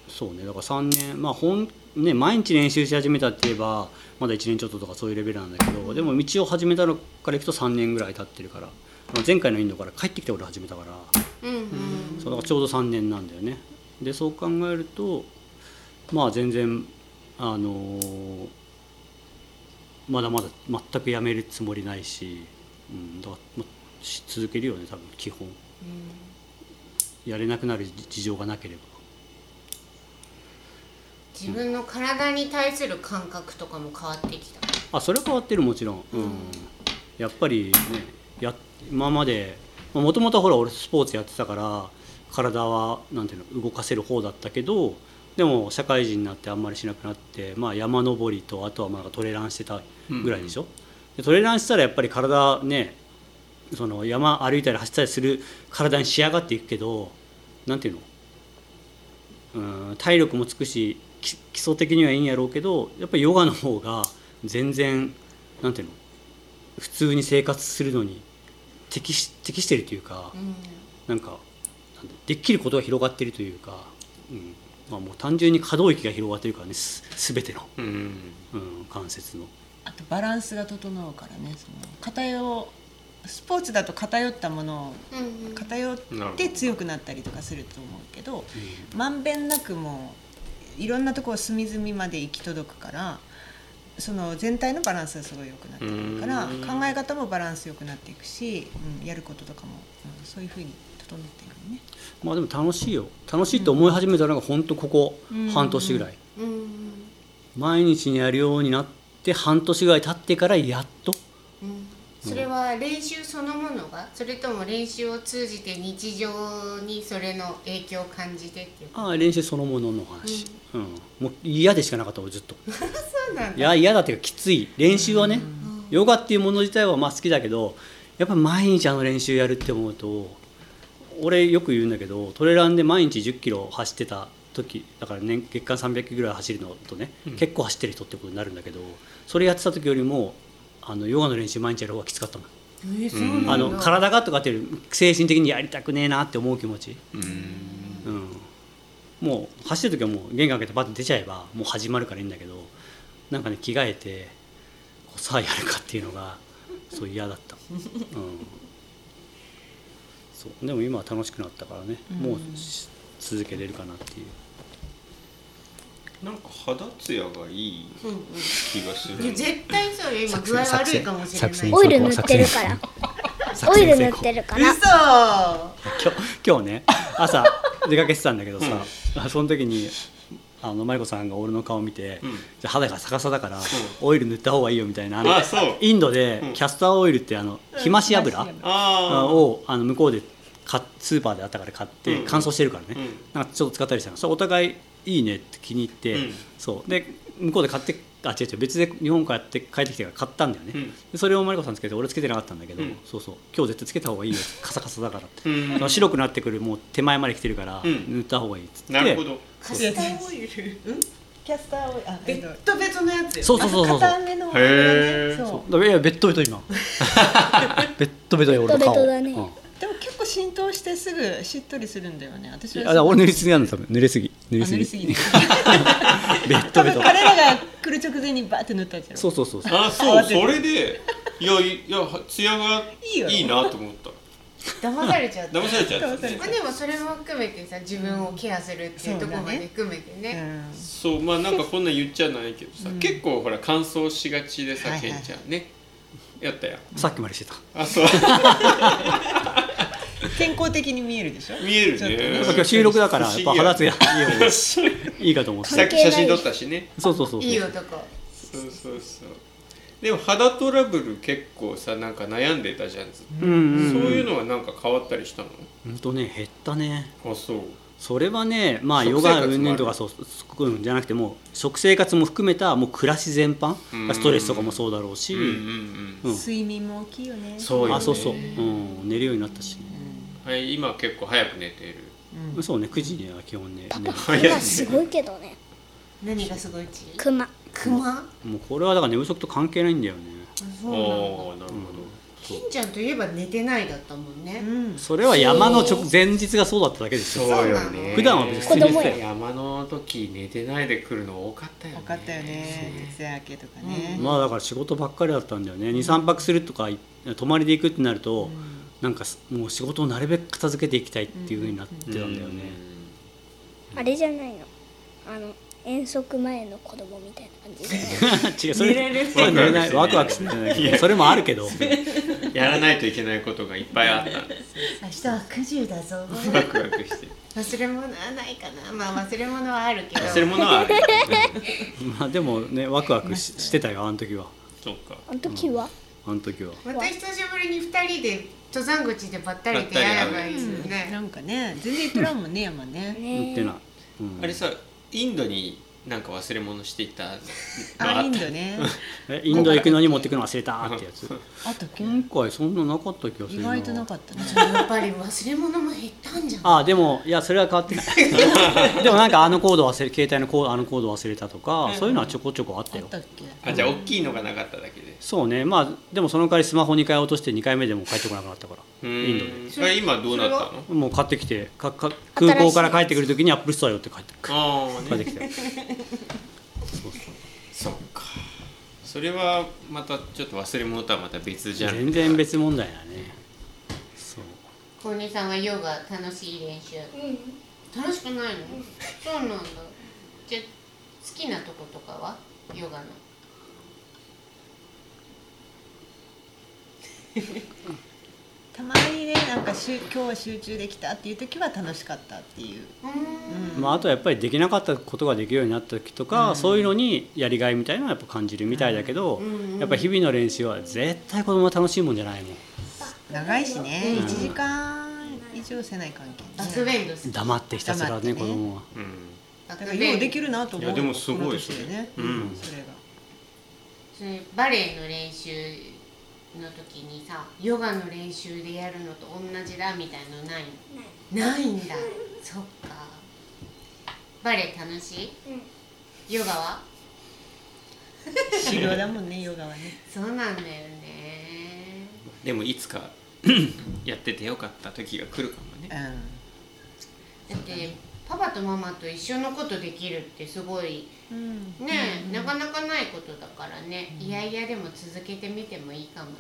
そうねだから3年まあほんね毎日練習し始めたって言えばまだ1年ちょっととかそういうレベルなんだけどでも道を始めたのからいくと3年ぐらい経ってるからあの前回のインドから帰ってきて俺始めたから。
うんうん
そうだからちょうど3年なんだよねでそう考えるとまあ全然あのーまだまだ全くやめるつもりないし、うん、だから、まあし続けるよね多分基本やれなくなる事情がなければ
自分の体に対する感覚とかも変わってきた。
あそれは変わってるもちろん、うんやっぱりねや今までもともとほら俺スポーツやってたから体はなんていうの動かせる方だったけどでも社会人になってあんまりしなくなって、まあ、山登りとあとはまあトレランしてたぐらいでしょ、でトレランしたらやっぱり体ねその山歩いたり走ったりする体に仕上がっていくけどなんていうのうん体力もつくしき基礎的にはいいんやろうけどやっぱりヨガの方が全然なんていうの普通に生活するのに適し適してるというか、なんかなんだできることが広がってるというか、うんまあ、もう単純に可動域が広がってるからねす全ての、
うん
うん、関節の。
あとバランスが整うからねその偏スポーツだと偏ったものを
うんうん
偏って強くなったりとかすると思うけど
うん
まんべんなくもういろんなところ隅々まで行き届くからその全体のバランスがすごい良くなってくるから
うん
考え方もバランス良くなっていくし、うん、やることとかも、うんそういうふうに整っていくのね。
まあでも楽しいよ楽しいと思い始めたのが本当ここ
うん
半年ぐらい
うん
毎日にやるようになって半年ぐらい経ってからやっと
うんそれは練習そのものがそれとも練習を通じて日常にそれの影響を感じてっていう
ああ練習そのものの話、うんもう嫌でしかなかった俺ずっと
そうなん
い
だ
や嫌だっていうかきつい練習はね
ん
ヨガっていうもの自体はまあ好きだけどやっぱ毎日あの練習やるって思うと俺よく言うんだけどトレランで毎日1 0キロ走ってた時だから年月間3 0 0キロぐらい走るのとね、結構走ってる人ってことになるんだけどそれやってた時よりもあのヨガの練習毎日やる方がきつかったもん
えそうなんだ
あの体がとかっていうより精神的にやりたくねえなって思う気持ち、うんもう走ってる時はもう玄関開けてバッて出ちゃえばもう始まるからいいんだけどなんかね着替えてこうさあやるかっていうのがそう嫌だった、うん、そうでも今は楽しくなったからね、もうし続けれるかなっていう
なんか肌ツヤがいい
うんうん
気がする
いや絶対そうよ今
作
具合
戦
悪いかもしれ
作
ない
戦
オイル塗ってるから (laughs) オイル塗ってるか
(laughs) 今
ら
日今日ね朝出かけてたんだけどさ、あその時にあのマリコさんが俺の顔見て、
うん
じゃあ肌が逆さだから、オイル塗った方がいいよみたいなあの
あそう
インドで
うん
キャスターオイルってあの日増し油
あー
をあの向こうで買っスーパーであったから買って
うん
乾燥してるからね、
うん
なんかちょっと使ったりしたのそれお互いいいねって気に入って、
うん
そうで向こうで買ってあ違う違う別で日本帰って帰ってきてから買ったんだよね、
うん
でそれをマリコさんつけて俺つけてなかったんだけど、
うん
そうそう今日絶対つけた方がいいよカサカサだからって、
うん
その白くなってくるもう手前まで来てるから、
うん
塗った方がいいっつって
なるほど
キャスターオイルキャスターオイルあえ
ベ
っと
ッドベのやつよ
そうそうそうそうそう
片目の油
へー
ねそう
だからいやベッドベト
(laughs)
今ベッドベトよ俺の顔
ベトベトだね
うん
でも結構浸透してすぐしっとりするんだよね私は
あだから俺塗りすぎなんだ多分濡れすぎ
あ
濡れす
塗
ぎ
りすぎね
ベッド
多
ベ
分
ト
彼らが来る直前にバーって塗ったんじゃろ
そうそうそうそう
あそう
慌てて
それでいやいいやツヤが
いいよ
いいなと思った
騙されちゃった
騙されちゃった、ね
まあ、でもそれも含めてさ自分をケアするっていうところまで含めてね
うん
そうまあなんかこんなん言っちゃないけどさ、結構ほら乾燥しがちでさ、
はいはい
ケンちゃんねやったやん
さっきまでしてた
あそう
健康的に見えるでしょ
見える
ちょっと
ね
ね
まあ今日収録だからやっぱ肌つや
さ
いいかと思って
っき写真撮ったしね
そうそうそう
いい男
そうそうそうでも肌トラブル結構さなんか悩んでたじゃんずっと、
うんうんうん
そういうのはなんか変わったりしたの
うんとね減ったね
あそう
それはねまあ
食
ヨ
生活もあ
ガ
る
運動とかそうそういうんじゃなくてもう食生活も含めたもう暮らし全般
うん
ストレスとかもそうだろうし、
うんうんう
う
ん
ん
睡眠も大きいよね
そうよね
あそうそう、うん、寝るようになったしね、
はい今結構早く寝てる
うん
そうね9時には基本ね寝る
早い
今すごいけどね
何がすごいち
クマ
熊
もうこれはだから寝不足と関係ないんだよね
おおーなるほど、
金ちゃんといえば寝てないだったもんね、
うん
それは山の直前日がそうだっただけですよ
そう
う
よ
よ
ね
ね
普段は別に
寝てたよ
山の時寝てないで来るの多かったよね
多かったよね徹夜明けとかね
まあだから仕事ばっかりだったんだよね23泊するとかい泊まりで行くってなると、なんかすもう仕事をなるべく片付けていきたいっていうふうになってたんだよね、
あれじゃないのあの遠足前の子供みたいな感
(laughs)
じで
違うそれそれは寝れないワ
ワ
ク
ク
ワ
ワ
ク
ク
し
してて
ないそれもあるけど
うんやらないといけないことがいっぱいあったんです
明日は九十だぞ
ワクワクして
(laughs) 忘れ物はないかなまあ忘れ物はあるけど
忘れ物は (laughs) ある
まあでもねワクワクししてたよあの時は
そうか
あの時は
あの時は
また久しぶりに二人で登山口でばったりってやればいいですよ
な
ね、
んかね全然行ってらんもんね山ね
売
ね
ってない、うん
あれさインドになんか忘れ物していったのあ
あイ
っ
ン
た
ド
(laughs)
ね
えインド行くのに持ってくの忘れたってやつ
あったっけ
今回そんななかった気がする
意外となかったね
やっぱり忘れ物も減ったんじゃん
ああでもいやそれは変わってない
(laughs)
でもなんかあのコード忘れ携帯のコードあのコード忘れたとか、そういうのはちょこちょこあった
あ
よ
ったっけ
あじゃあ大きいのがなかっただけで
そうねまあでもその代わりスマホ2回落として2回目でもう帰ってこなくなったから
う
インドで
んあれ今どうなったの
もう買ってきてかか空港から帰ってくるときにアップルストアよって帰ってく
ああ
帰っ
ね
てきて
そっかそれはまたちょっと忘れ物とはまた別じゃん
全然別問題だねそう
小西さんはヨガ楽しい練習楽しくないのそうなんだじゃあ好きなとことかはヨガの
たまにねなんかしゅ今日は集中できたっていう時は楽しかったっていう
うーん
まあ、あとはやっぱりできなかったことができるようになった時とか、そういうのにやりがいみたいなのはやっぱ感じるみたいだけど、やっぱ日々の練習は絶対子供は楽しいもんじゃないもん
長いしね
うん
1時間以上せない関係
バスウェンド好き
黙ってひたすらね
黙ってね
子供は
うん
バ
だ
ス
か
ウ
ら
ェ
よ
ン
う
ド
できるなと思
い
う
やでもすごい
この年でね
それうん
それが
それバレエの練習の時にさヨガの練習でやるのと同じだみたいのないのないんだそっかバレエ楽しい、ヨガは
修行だもんねヨガはね
そうなんだよね
でもいつ (laughs) かやっててよかった時が来るかもね
だってパパとママと一緒のことできるってすごい
うん、うん、
ねえ、なかなかないことだからね、いやいやでも続けてみてもいいかもね、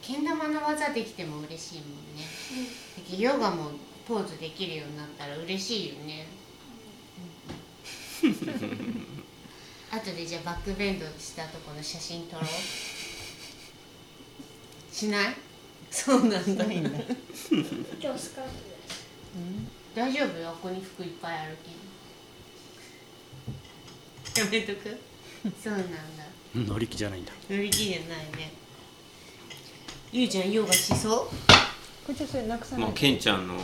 けん玉の技できても嬉しいもんね、だけどヨガもポーズできるようになったら嬉しいよ
(laughs)
ね、あとでじゃあバックベンドしたとこの写真
(laughs)
撮ろうしないそうなんだ
ないんだ
今日スカー
大丈夫よここに服いっぱいあるけんやめと
(laughs)
くそうなんだ
乗り気じゃないんだ
乗り気じゃないねゆいちゃんヨガしそ
これちょっとなくさ
もうケンちゃんの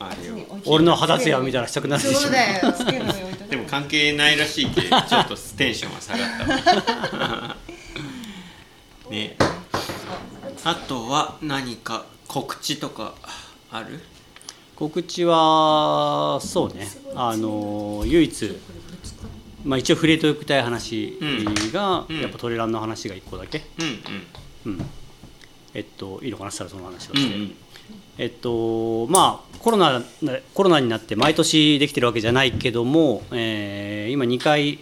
あれを
俺の肌ツヤを見たらしたくな
う
るでしょ
そうだよ
つけるのに置いとい
でも関係ないらしいけどちょっとテンションは下がった。ね。あとは何か告知とかある？
告知はそうねあの唯一、まあ、一応触れておきたい話が、
うんうん
やっぱトレランの話が1個だけ、
うん
うん、えっといいのかなそしたらその話は
うんう
して、
ん
えっとまあコロナコロナになって毎年できてるわけじゃないけども、えー今2回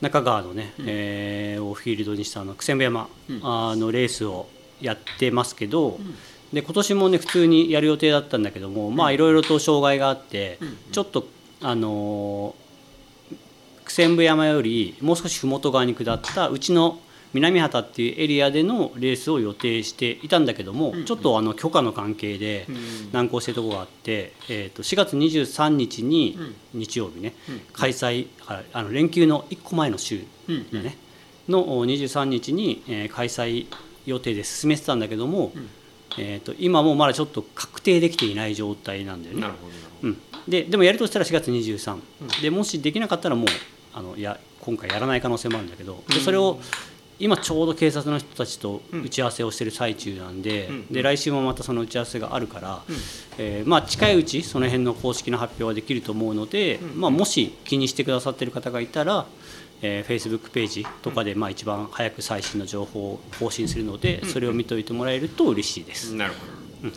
中川のね、
うん
えーをフィールドにしたあの久千部山、
うん
あのレースをやってますけど、で今年もね普通にやる予定だったんだけども、まあいろいろと障害があって、
うん
ちょっとあのー九千部山よりもう少し麓側に下ったうちの南畑っていうエリアでのレースを予定していたんだけども、
うん
ちょっとあの許可の関係で
うん
難航してるとこがあって、えー、と4月23日に、
うん
日曜日ね、
うん
開催ああの連休の1個前の週
うんうん
ね、のお23日に、えー開催予定で進めてたんだけども、
うん
えー、と今もまだちょっと確定できていない状態なんだよね
なるほどなるほど。
うん、ででもやるとしたら4月23、
うん
でもしできなかったらもうあのいや今回やらない可能性もあるんだけどで
うん
それを今ちょうど警察の人たちと
うん
打ち合わせをしてる最中なんで,、
うん
で来週もまたその打ち合わせがあるから、
うん
えーまあ、近いうちその辺の公式の発表はできると思うので、
うん
まあ、もし気にしてくださってる方がいたら、えー、Facebook ページとかでまあ一番早く最新の情報を更新するので、それを見といてもらえると嬉しいです。
なるほど。フ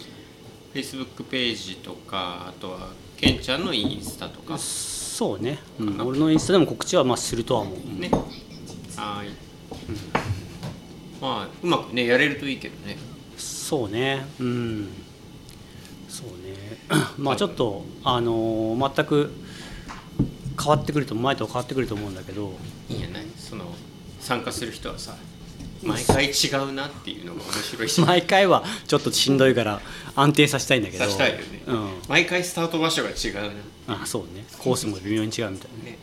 ェイスブックページとかあとはケンちゃんのインスタとか
そうね、うん、俺のインスタでも告知はまあするとは思う。うん
ね。はい。まあうまくねやれるといいけどね。
そうねうんそうね (clears throat) まあちょっとあのー全く変わってくると前と変わってくると思うんだけど (laughs)
いいんじゃないその参加する人はさ毎回違うなっていうのが面白い (laughs) し
毎回はちょっとしんどいから安定させたいんだけど
さしたいよね、
うん、
毎回スタート場所が違うな
あそうねコースも微妙に違うみたいなね
(laughs) ね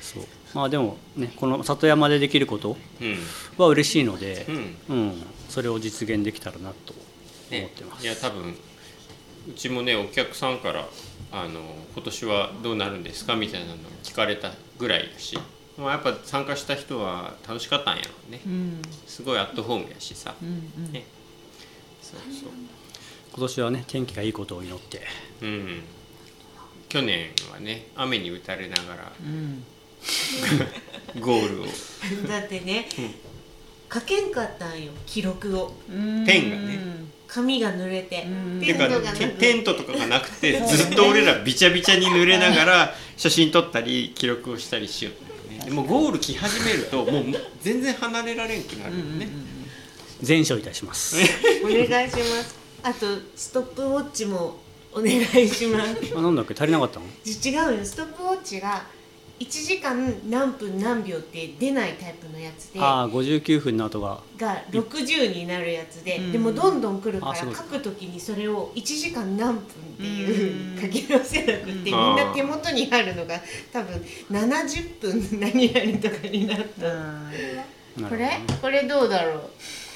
そうまあでもねこの里山でできること
うん
は嬉しいので
う、ん
うん、それを実現できたらなと思っ
ね
てます、
いや多分うちもねお客さんからあの今年はどうなるんですかみたいなのを聞かれたぐらいだしまあやっぱ参加した人は楽しかったんやろうね
うん
すごいアットホームやしさ、
うんうん
ねそうそう
今年はね天気がいいことを祈って
うん去年はね雨に打たれながら
うん
ゴールを
だってね、書けんかったんよ記録を
ペンがね
紙が濡れて、
うん
てか
テントがなく
テテントとかがなくてずっと俺らびちゃびちゃに濡れながら写真撮ったり記録をしたりしよう、ね、でもゴール来始めるともう全然離れられんくなるよね、
全勝いたします
(laughs)
お願いしますあとストップウォッチもお願いします
あなんだっけ足りなかったの
(laughs) 違うよストップウォッチが1時間何分何秒って出ないタイプのやつで
ああ59分の後が
が60になるやつで、
うん
でもどんどん来るか
あ
ら
そ
書
うです
くときにそれを1時間何分っていううん書き直せなくてみん
うん
な手元にあるのが多分70分何々とかになった、
なるほ
こ
ど
れ
ね
これどうだろう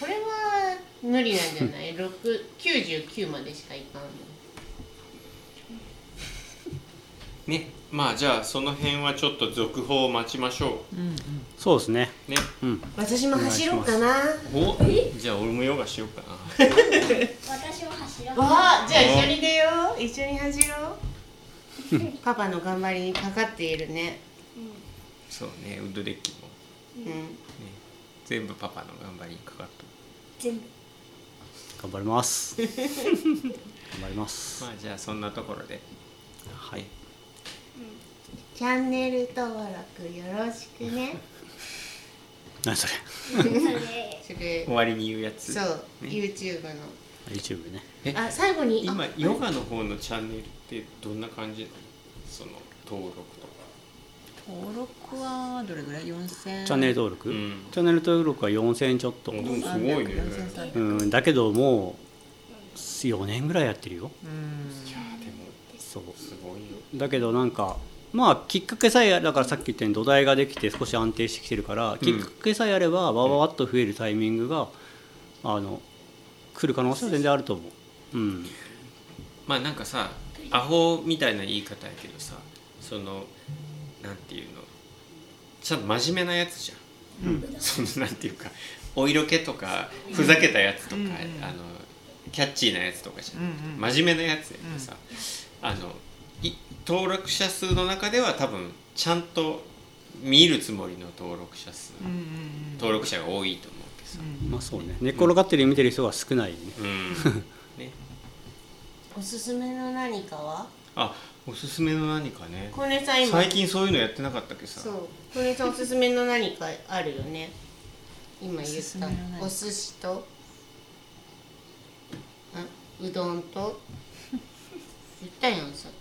これは無理なんじゃない6 99までしかいかんの
ねまあじゃあその辺はちょっと続報を待ちましょ
うん
そうですね
うね
うん
私も走ろうかなわ
おじゃあ俺もヨガしようかな
私も走ら
あじゃあ一緒に出よう一緒に走ろ
(laughs)
うパパの頑張りにかかっているね
そうねウッドデッキも、
うん
ね、全部パパの頑張りにかかって
全部
頑張ります頑張ります
まあじゃあそんなところで
はい
チャンネル登録よろしくね
何それ
それ
終わりに言うやつ
そう
ね
YouTube の
YouTube でね
え
あ最後にあ
今ヨガの方のチャンネルってどんな感じなのその登録とか
登録はどれぐらい4000
チャンネル登録、
うん
チャンネル登録は4000円ちょっと、
うん
う
すごいね
4300
んだけどもう4年ぐらいやってるよ
うん
いやでも
そう
すごいよ
だけどなんかまあきっかけさえだからさっき言ったように土台ができて少し安定してきてるから、きっかけさえあればわわわっと増えるタイミングがあの来る可能性は全然あると思ううん
まあなんかさアホみたいな言い方やけどさそのなんていうのちゃんと真面目なやつじゃん、そのなんていうかお色気とかふざけたやつとか、
うんうん
あのキャッチーなやつとかじゃん、
うんうん
真面目なやつやっさ、あのい登録者数の中では多分ちゃんと見るつもりの登録者数、
うんうん
登録者が多いと思うけどさ、
まあそうね寝っ転がってる見てる人が少ないね
うん、
(laughs)
ね
おすすめの何かは
あおすすめの何かね
小根さん今
最近そういうのやってなかったっけさ
そう小根さんおすすめの何かあるよね
お
今言っ
すすめ
た
の何か
お寿司とあうどんと
(laughs)
言ったやんさっ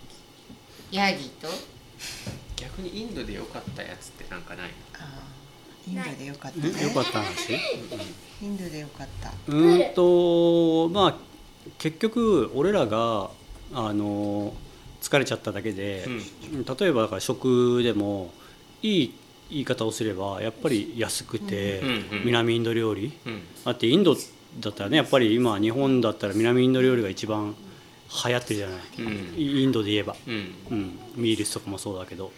きヤギと
逆にインドで良かったやつってなんかないの
あーインドでよかった
んよ
ね
かった話
インドでよかった
うーんとまあ結局俺らがあの疲れちゃっただけで、例えばだから食でもいい言い方をすればやっぱり安くて、
うんうん
南インド料理
うんうん
だってインドだったらねやっぱり今日本だったら南インド料理が一番流行ってるじゃない、
うん
インドで言えば、
うん
うん、ミールスとかもそうだけど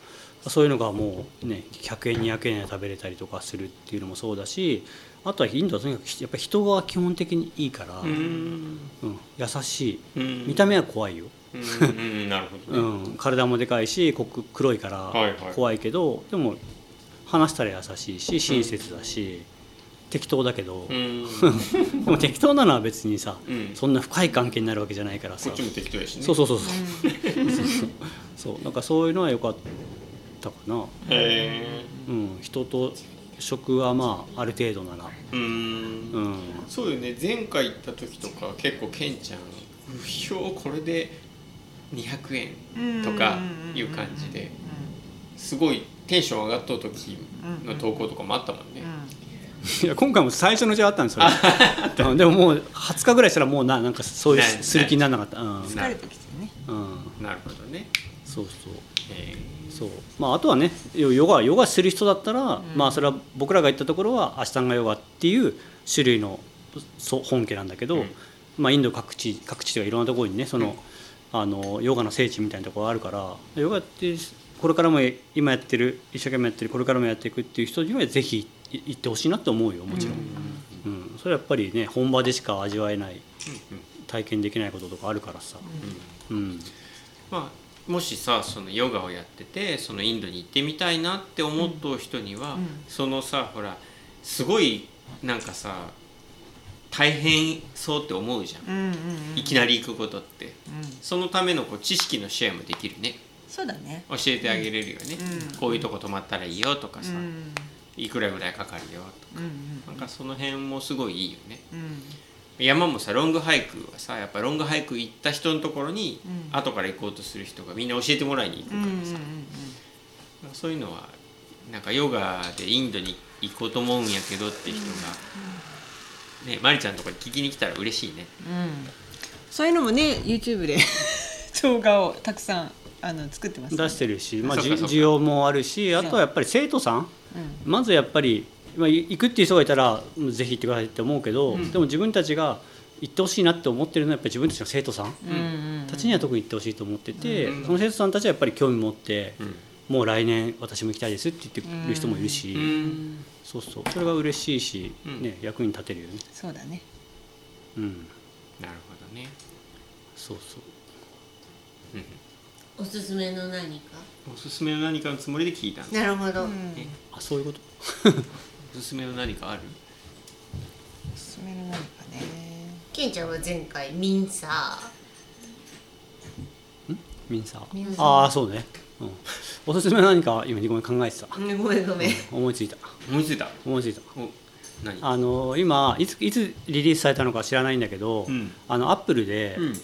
そういうのがもうね100円200円で食べれたりとかするっていうのもそうだしあとはインドはとにかくやっぱり人が基本的にいいから、
うー
うん優しい
ん
見た目は怖いよ、
うんうんなるほど
う
ね
ん、体もでかいしこく黒いから
はいはい
怖いけど、でも話したら優しいし親切だし、適当だけど、
うん
でも適当なのは別にさ、
うん
(laughs) そんな深い関係になるわけじゃないからさ
こっちも適当やしね
そうそうそうそうそうそうなんかそういうのは良かったかな、
へ
うん、人と食はまあある程度なら、
ーうん
うん、
そうよね前回行った時とか結構ケンちゃん「不評これで200円」とかいう感じですごいテンション上がっとう時の投稿とかもあったもんね
いや今回も最初のうちはあったんですよそれうんでももう20日ぐらいしたらもうななんかそういう
ないない
する気にならなかった、うん
な
疲れてきてね
うん、
なるほどね
そうそう
へ
そうまあ、あとはねヨヨガヨガする人だったら、まあそれは僕らが行ったところはアシタンガヨガっていう種類のそ本家なんだけど、
うん
まあ、インド各地各地ではいろんなところにねその、あのヨガの聖地みたいなところがあるからヨガってこれからも今やってる一生懸命やってるこれからもやっていくっていう人にはぜひい行ってほしいなって思うよもちろん、うんそれはやっぱりね本場でしか味わえない
うん
体験できないこととかあるからさ、うん
まあ、もしさそのヨガをやっててそのインドに行ってみたいなって思っとう人には、そのさほらすごいなんかさ大変そうって思うじゃん、
うんうんうん
いきなり行くことって
うん
そのためのこう知識のシェアもできるね
そうだね
教えてあげれるよね、
うん
こういうとこ泊まったらいいよとか
う
さ、
ん
いくらぐらいかかるよとか
うんうん
なんかその辺もすごいいいよね
うん
山もさロングハイクはさやっぱロングハイク行った人のところに、
うん
後から行こうとする人がみんな教えてもらいに行く
う
か
ん
ら
う
さ、
んうん
なんかそういうのはなんかヨガでインドに行こうと思うんやけどって人が、ねマリちゃんとかに聞きに来たら嬉しいね。
うんそういうのもね YouTube で動画をたくさんあの作ってますね
出してるし、まあ、
そっ
じ
かそっか
需要もあるしあとはやっぱり生徒さん
うん
まずやっぱり、まあ、い行くっていう人がいたらうんぜひ行ってくださいって思うけど、でも自分たちが行ってほしいなって思ってるのはやっぱり自分たちの生徒さん
うんうん
たちには特に行ってほしいと思ってて、
うん
その生徒さんたちはやっぱり興味持って、
ん
もう来年私も行きたいですって言ってくる人もいるし、
うん
そうそうそれが嬉しいし、
うん
ね、役に立てるよね。
そうだね
うん
なるほどね。
そうそう
おすすめの何か
おすすめの何かのつもりで聞いたの。
なるほど、
うん
あそういうこと
おすすめの何かある？
おすすめの何かね
ケンちゃんは前回ミンサー
ミンサー
ミンサー
ああそうね、うん、おすすめは何か今ごめん考えてた
うんごめんごめん
思いついた
思いついた。
思いついた
お何？
あの今いついつリリースされたのか知らないんだけど、
うん
あのアップルで、
うん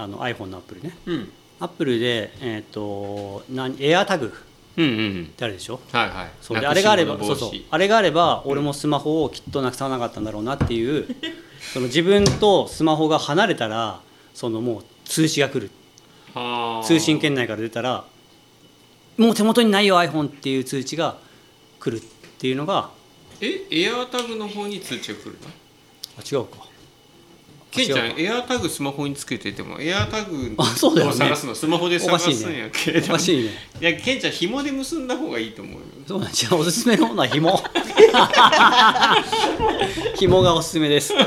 あの iPhone のアップルね
うん
アップルでえっ、と何エアタグっ
うんうん。
てあるでしょ
はいはい。
そうであ
なく
れ
し
があれ
物
ば
防
そう
止
そうあれがあれば俺もスマホをきっとなくさなかったんだろうなっていうその自分とスマホが離れたらそのもう通知が来る
はあ
通信圏内から出たらもう手元にないよ iPhone っていう通知が来るっていうのが
えエアタグの方に通知が来るの？
あ違うか
ケンちゃ
違うん
エアタグスマホにつけててもエアタグ
あそうだよ
を
ね
探すの、スマホで探すんやけど
おかしいね
いやケンちゃん紐で結んだ方がいいと思うよ
そうなんじゃあおすすめのものは紐紐がおすすめです
そうね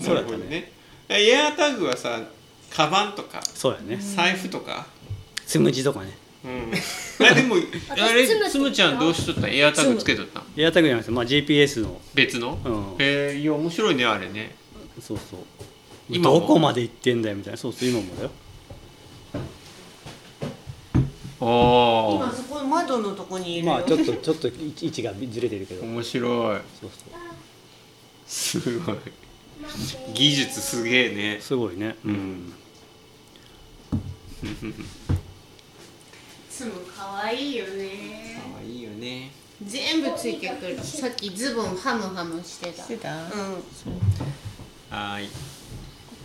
そうだったね
ねエアタグはさカバンとか
そうだよね
財布とか
つむじとかね
うんあでもあれ
つむ
つむちゃんどうしとったエアタグつけとったん
エアタグじゃなくて、まあ、GPS の
別の、
うん
えーいや面白いねあれね
そうそう
今も
どこまで行ってんだよみたいなそうそう今もだよ
お
今そこ窓のとこにいるよ、
まあちょっとちょっと位置がずれてるけど
面白い
そうそう
すごい技術すげえね
すごいねうん
つむ可愛いよね
あいいよね
全部ついてくるさっきズボンハムハムしてた
してた
うん
はーい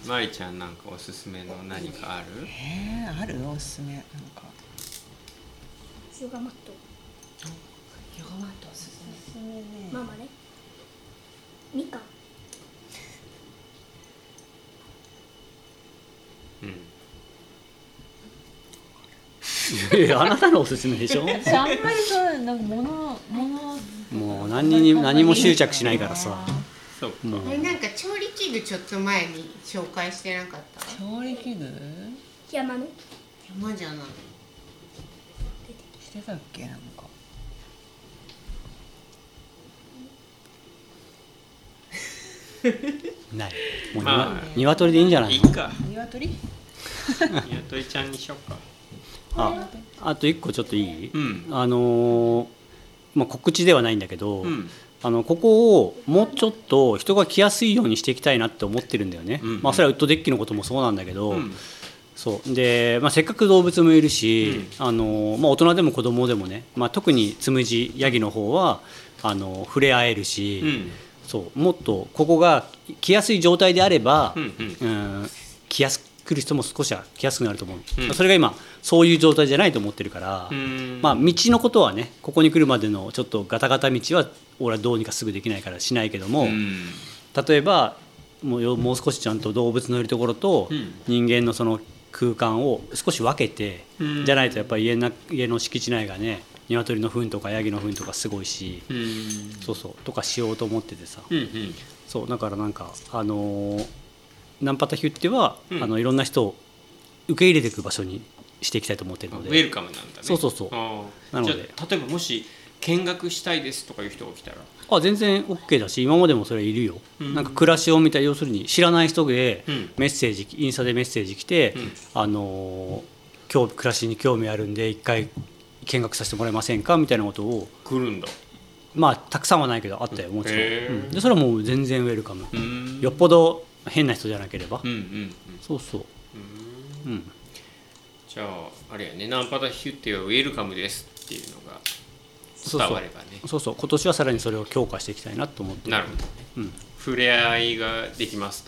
まりちゃんなんかおすすめの何かある
えー、あるおすすめなんか
ヨガマット
ヨガマットおすすめ
おすすめね
ママねみかん
うん
いやあなたのおすすめでしょ
私あんまりそういうの物物
もう何に何も執着しないからさ
そう
もう
あれなんか調理器具ちょっと前に紹介してなかった
調理器具
山の
山じゃない
してたっけなんか
ないもう
まあ
ニワトリでいいんじゃない
い
の
いか
鶏
やとりちゃんにしようか
ああと一個ちょっといい
うん
あのーまあ告知ではないんだけど、
うん
あのここをもうちょっと人が来やすいようにしていきたいなって思ってるんだよね、
うん
まあ、それはウッドデッキのこともそうなんだけど、
うん
そうで、まあ、せっかく動物もいるし、あのまあ、大人でも子供でもね、まあ、特につむじヤギの方はあの触れ合えるし、
うん
そうもっとここが来やすい状態であれば、
うんうん
うん来やすくる人も少しは来やすくなると思う、
うん
それが今そういう状態じゃないと思ってるから、
うん
まあ、道のことはねここに来るまでのちょっとガタガタ道は俺はどうにかすぐできないからしないけども、
うん
例えばもうよもう少しちゃんと動物のいるところと
うん
人間のその空間を少し分けて、
うん
じゃないとやっぱり家な家の敷地内がね鶏の糞とかヤギの糞とかすごいし、
うん
そうそうとかしようと思っててさ、
うんうん
そうだからなんかあのーナンパタヒュっては、
うん
あのいろんな人を受け入れていく場所にしていきたいと思ってる
あウ
ので
ェルカムなんだね
そうそうそう
あー
なので
じゃあ例えばもし見学したいですとかいう人が来たら
あ全然 OK だし今までもそれいるよ、
うん
なんか暮らしを見た要するに知らない人で
うん
メッセージインスタでメッセージ来て、
うん
あのー今日暮らしに興味あるんで一回見学させてもらえませんかみたいなことを
来るんだ
まあたくさんはないけどあったよもちろん、
へー
うんでそれはもう全然ウェルカム、
うん
よっぽど変な人じゃなければ、
うんうんうん
そうそう、うん、
じゃああれやねナンパタヒュっていうウェルカムですっていうのが
そうそう
伝わればね
そうそう今年はさらにそれを強化していきたいなと思って
なるほど、
うん
触れ合いができます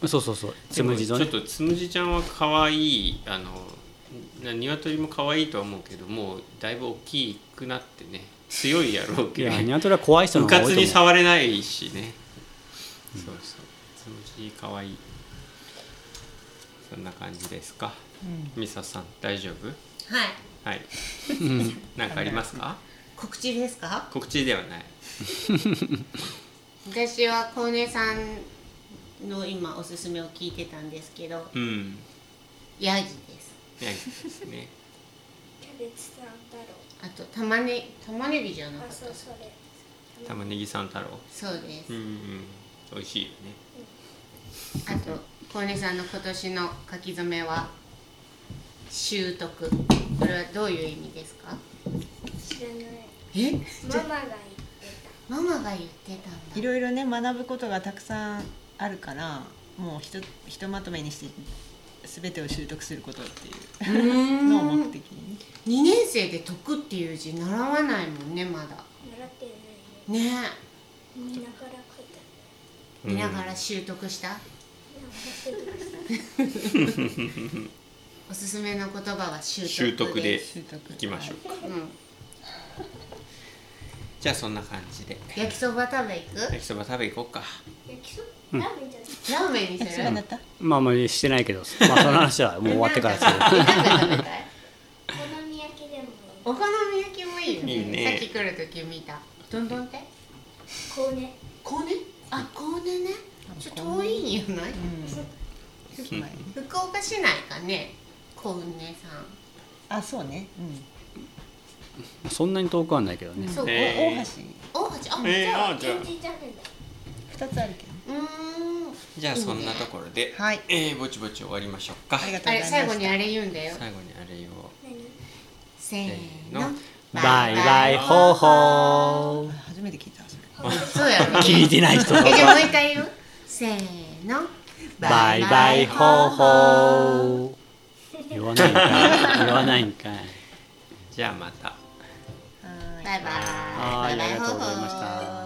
と
そうそうそうつむじと
で
ね
もちょっとつむじちゃんは可愛いあのな鶏も可愛いとは思うけどもうだいぶ大きくなってね強いやろう
い
けど
やニワトリは怖い人の
う
方が
か
多
つ
いと
に
思う
触れないしね、そうそうつむじ可愛いそんな感じですかみささん大丈夫
はい
はい何かありますか
告知ですか
告知ではない
私は小根さんの今おすすめを聞いてたんですけど
うん
ヤギです
いやいいですね
キャベツさんだろう
あと玉ね玉ねぎじゃなか
あ
った
そうそれ
玉ねぎさん太郎
そうで
う
す
んうん美味しいよね
あと小根さんの今年の書き初めは習得これはどういう意味ですか
知らない
え
ママ
ママ
が言って
が言ってたんだ
いろいろね学ぶことがたくさんあるからもうひとひとまとめにして全てを習得することっていううんのを目的にね
2年生で「得」っていう字習わないもんねまだ
た習ってな
ね
いね見ながら書いた
え見ながら習得した、
なんか書いてました
おすすめの言葉は習得
習得で
です
習得
行きましょうか
うん
じゃあそんな感じで
焼きそば食べ行く
焼きそば食べ行こうか
焼きそばラーメンじゃない
ラーメンにす
焼きそ
る
ばになった
まああんまりしてないけど、 (laughs) まあ、その話はもう終わってからする
なんか食べたい
お好み焼きでも
お好み焼きもいいよね
いいね
さっき来る時見たどんどんって
こうね
高根あ高根ねちょっと遠いんやない、
うん
福岡市内かね高根さん
あそうね、うん
そんなに遠くはないけどね、
そう、
えー
お大橋
大橋あ、
え
じゃ
ー、
あ
あじゃ
全
あ
然じゃねえんだ
二つあるけどね
うーん
じゃあそんなところで、
はい
えー、ぼちぼち終わりましょうか
ありがと
あ
うござい
れ
ました
最後にあれ言うんだよ
最後にあれを
何
せ
せ
ー
ー
の
の
(laughs) バイバイほうほ
あ初めて聞いたそれ
そうやろ
う聞いてない人
えじゃあもう一回言うせーの
バイバイほうほう言わないんかい言わないんかい
じゃあまた
はーい
バイバイ
はいありがとうございました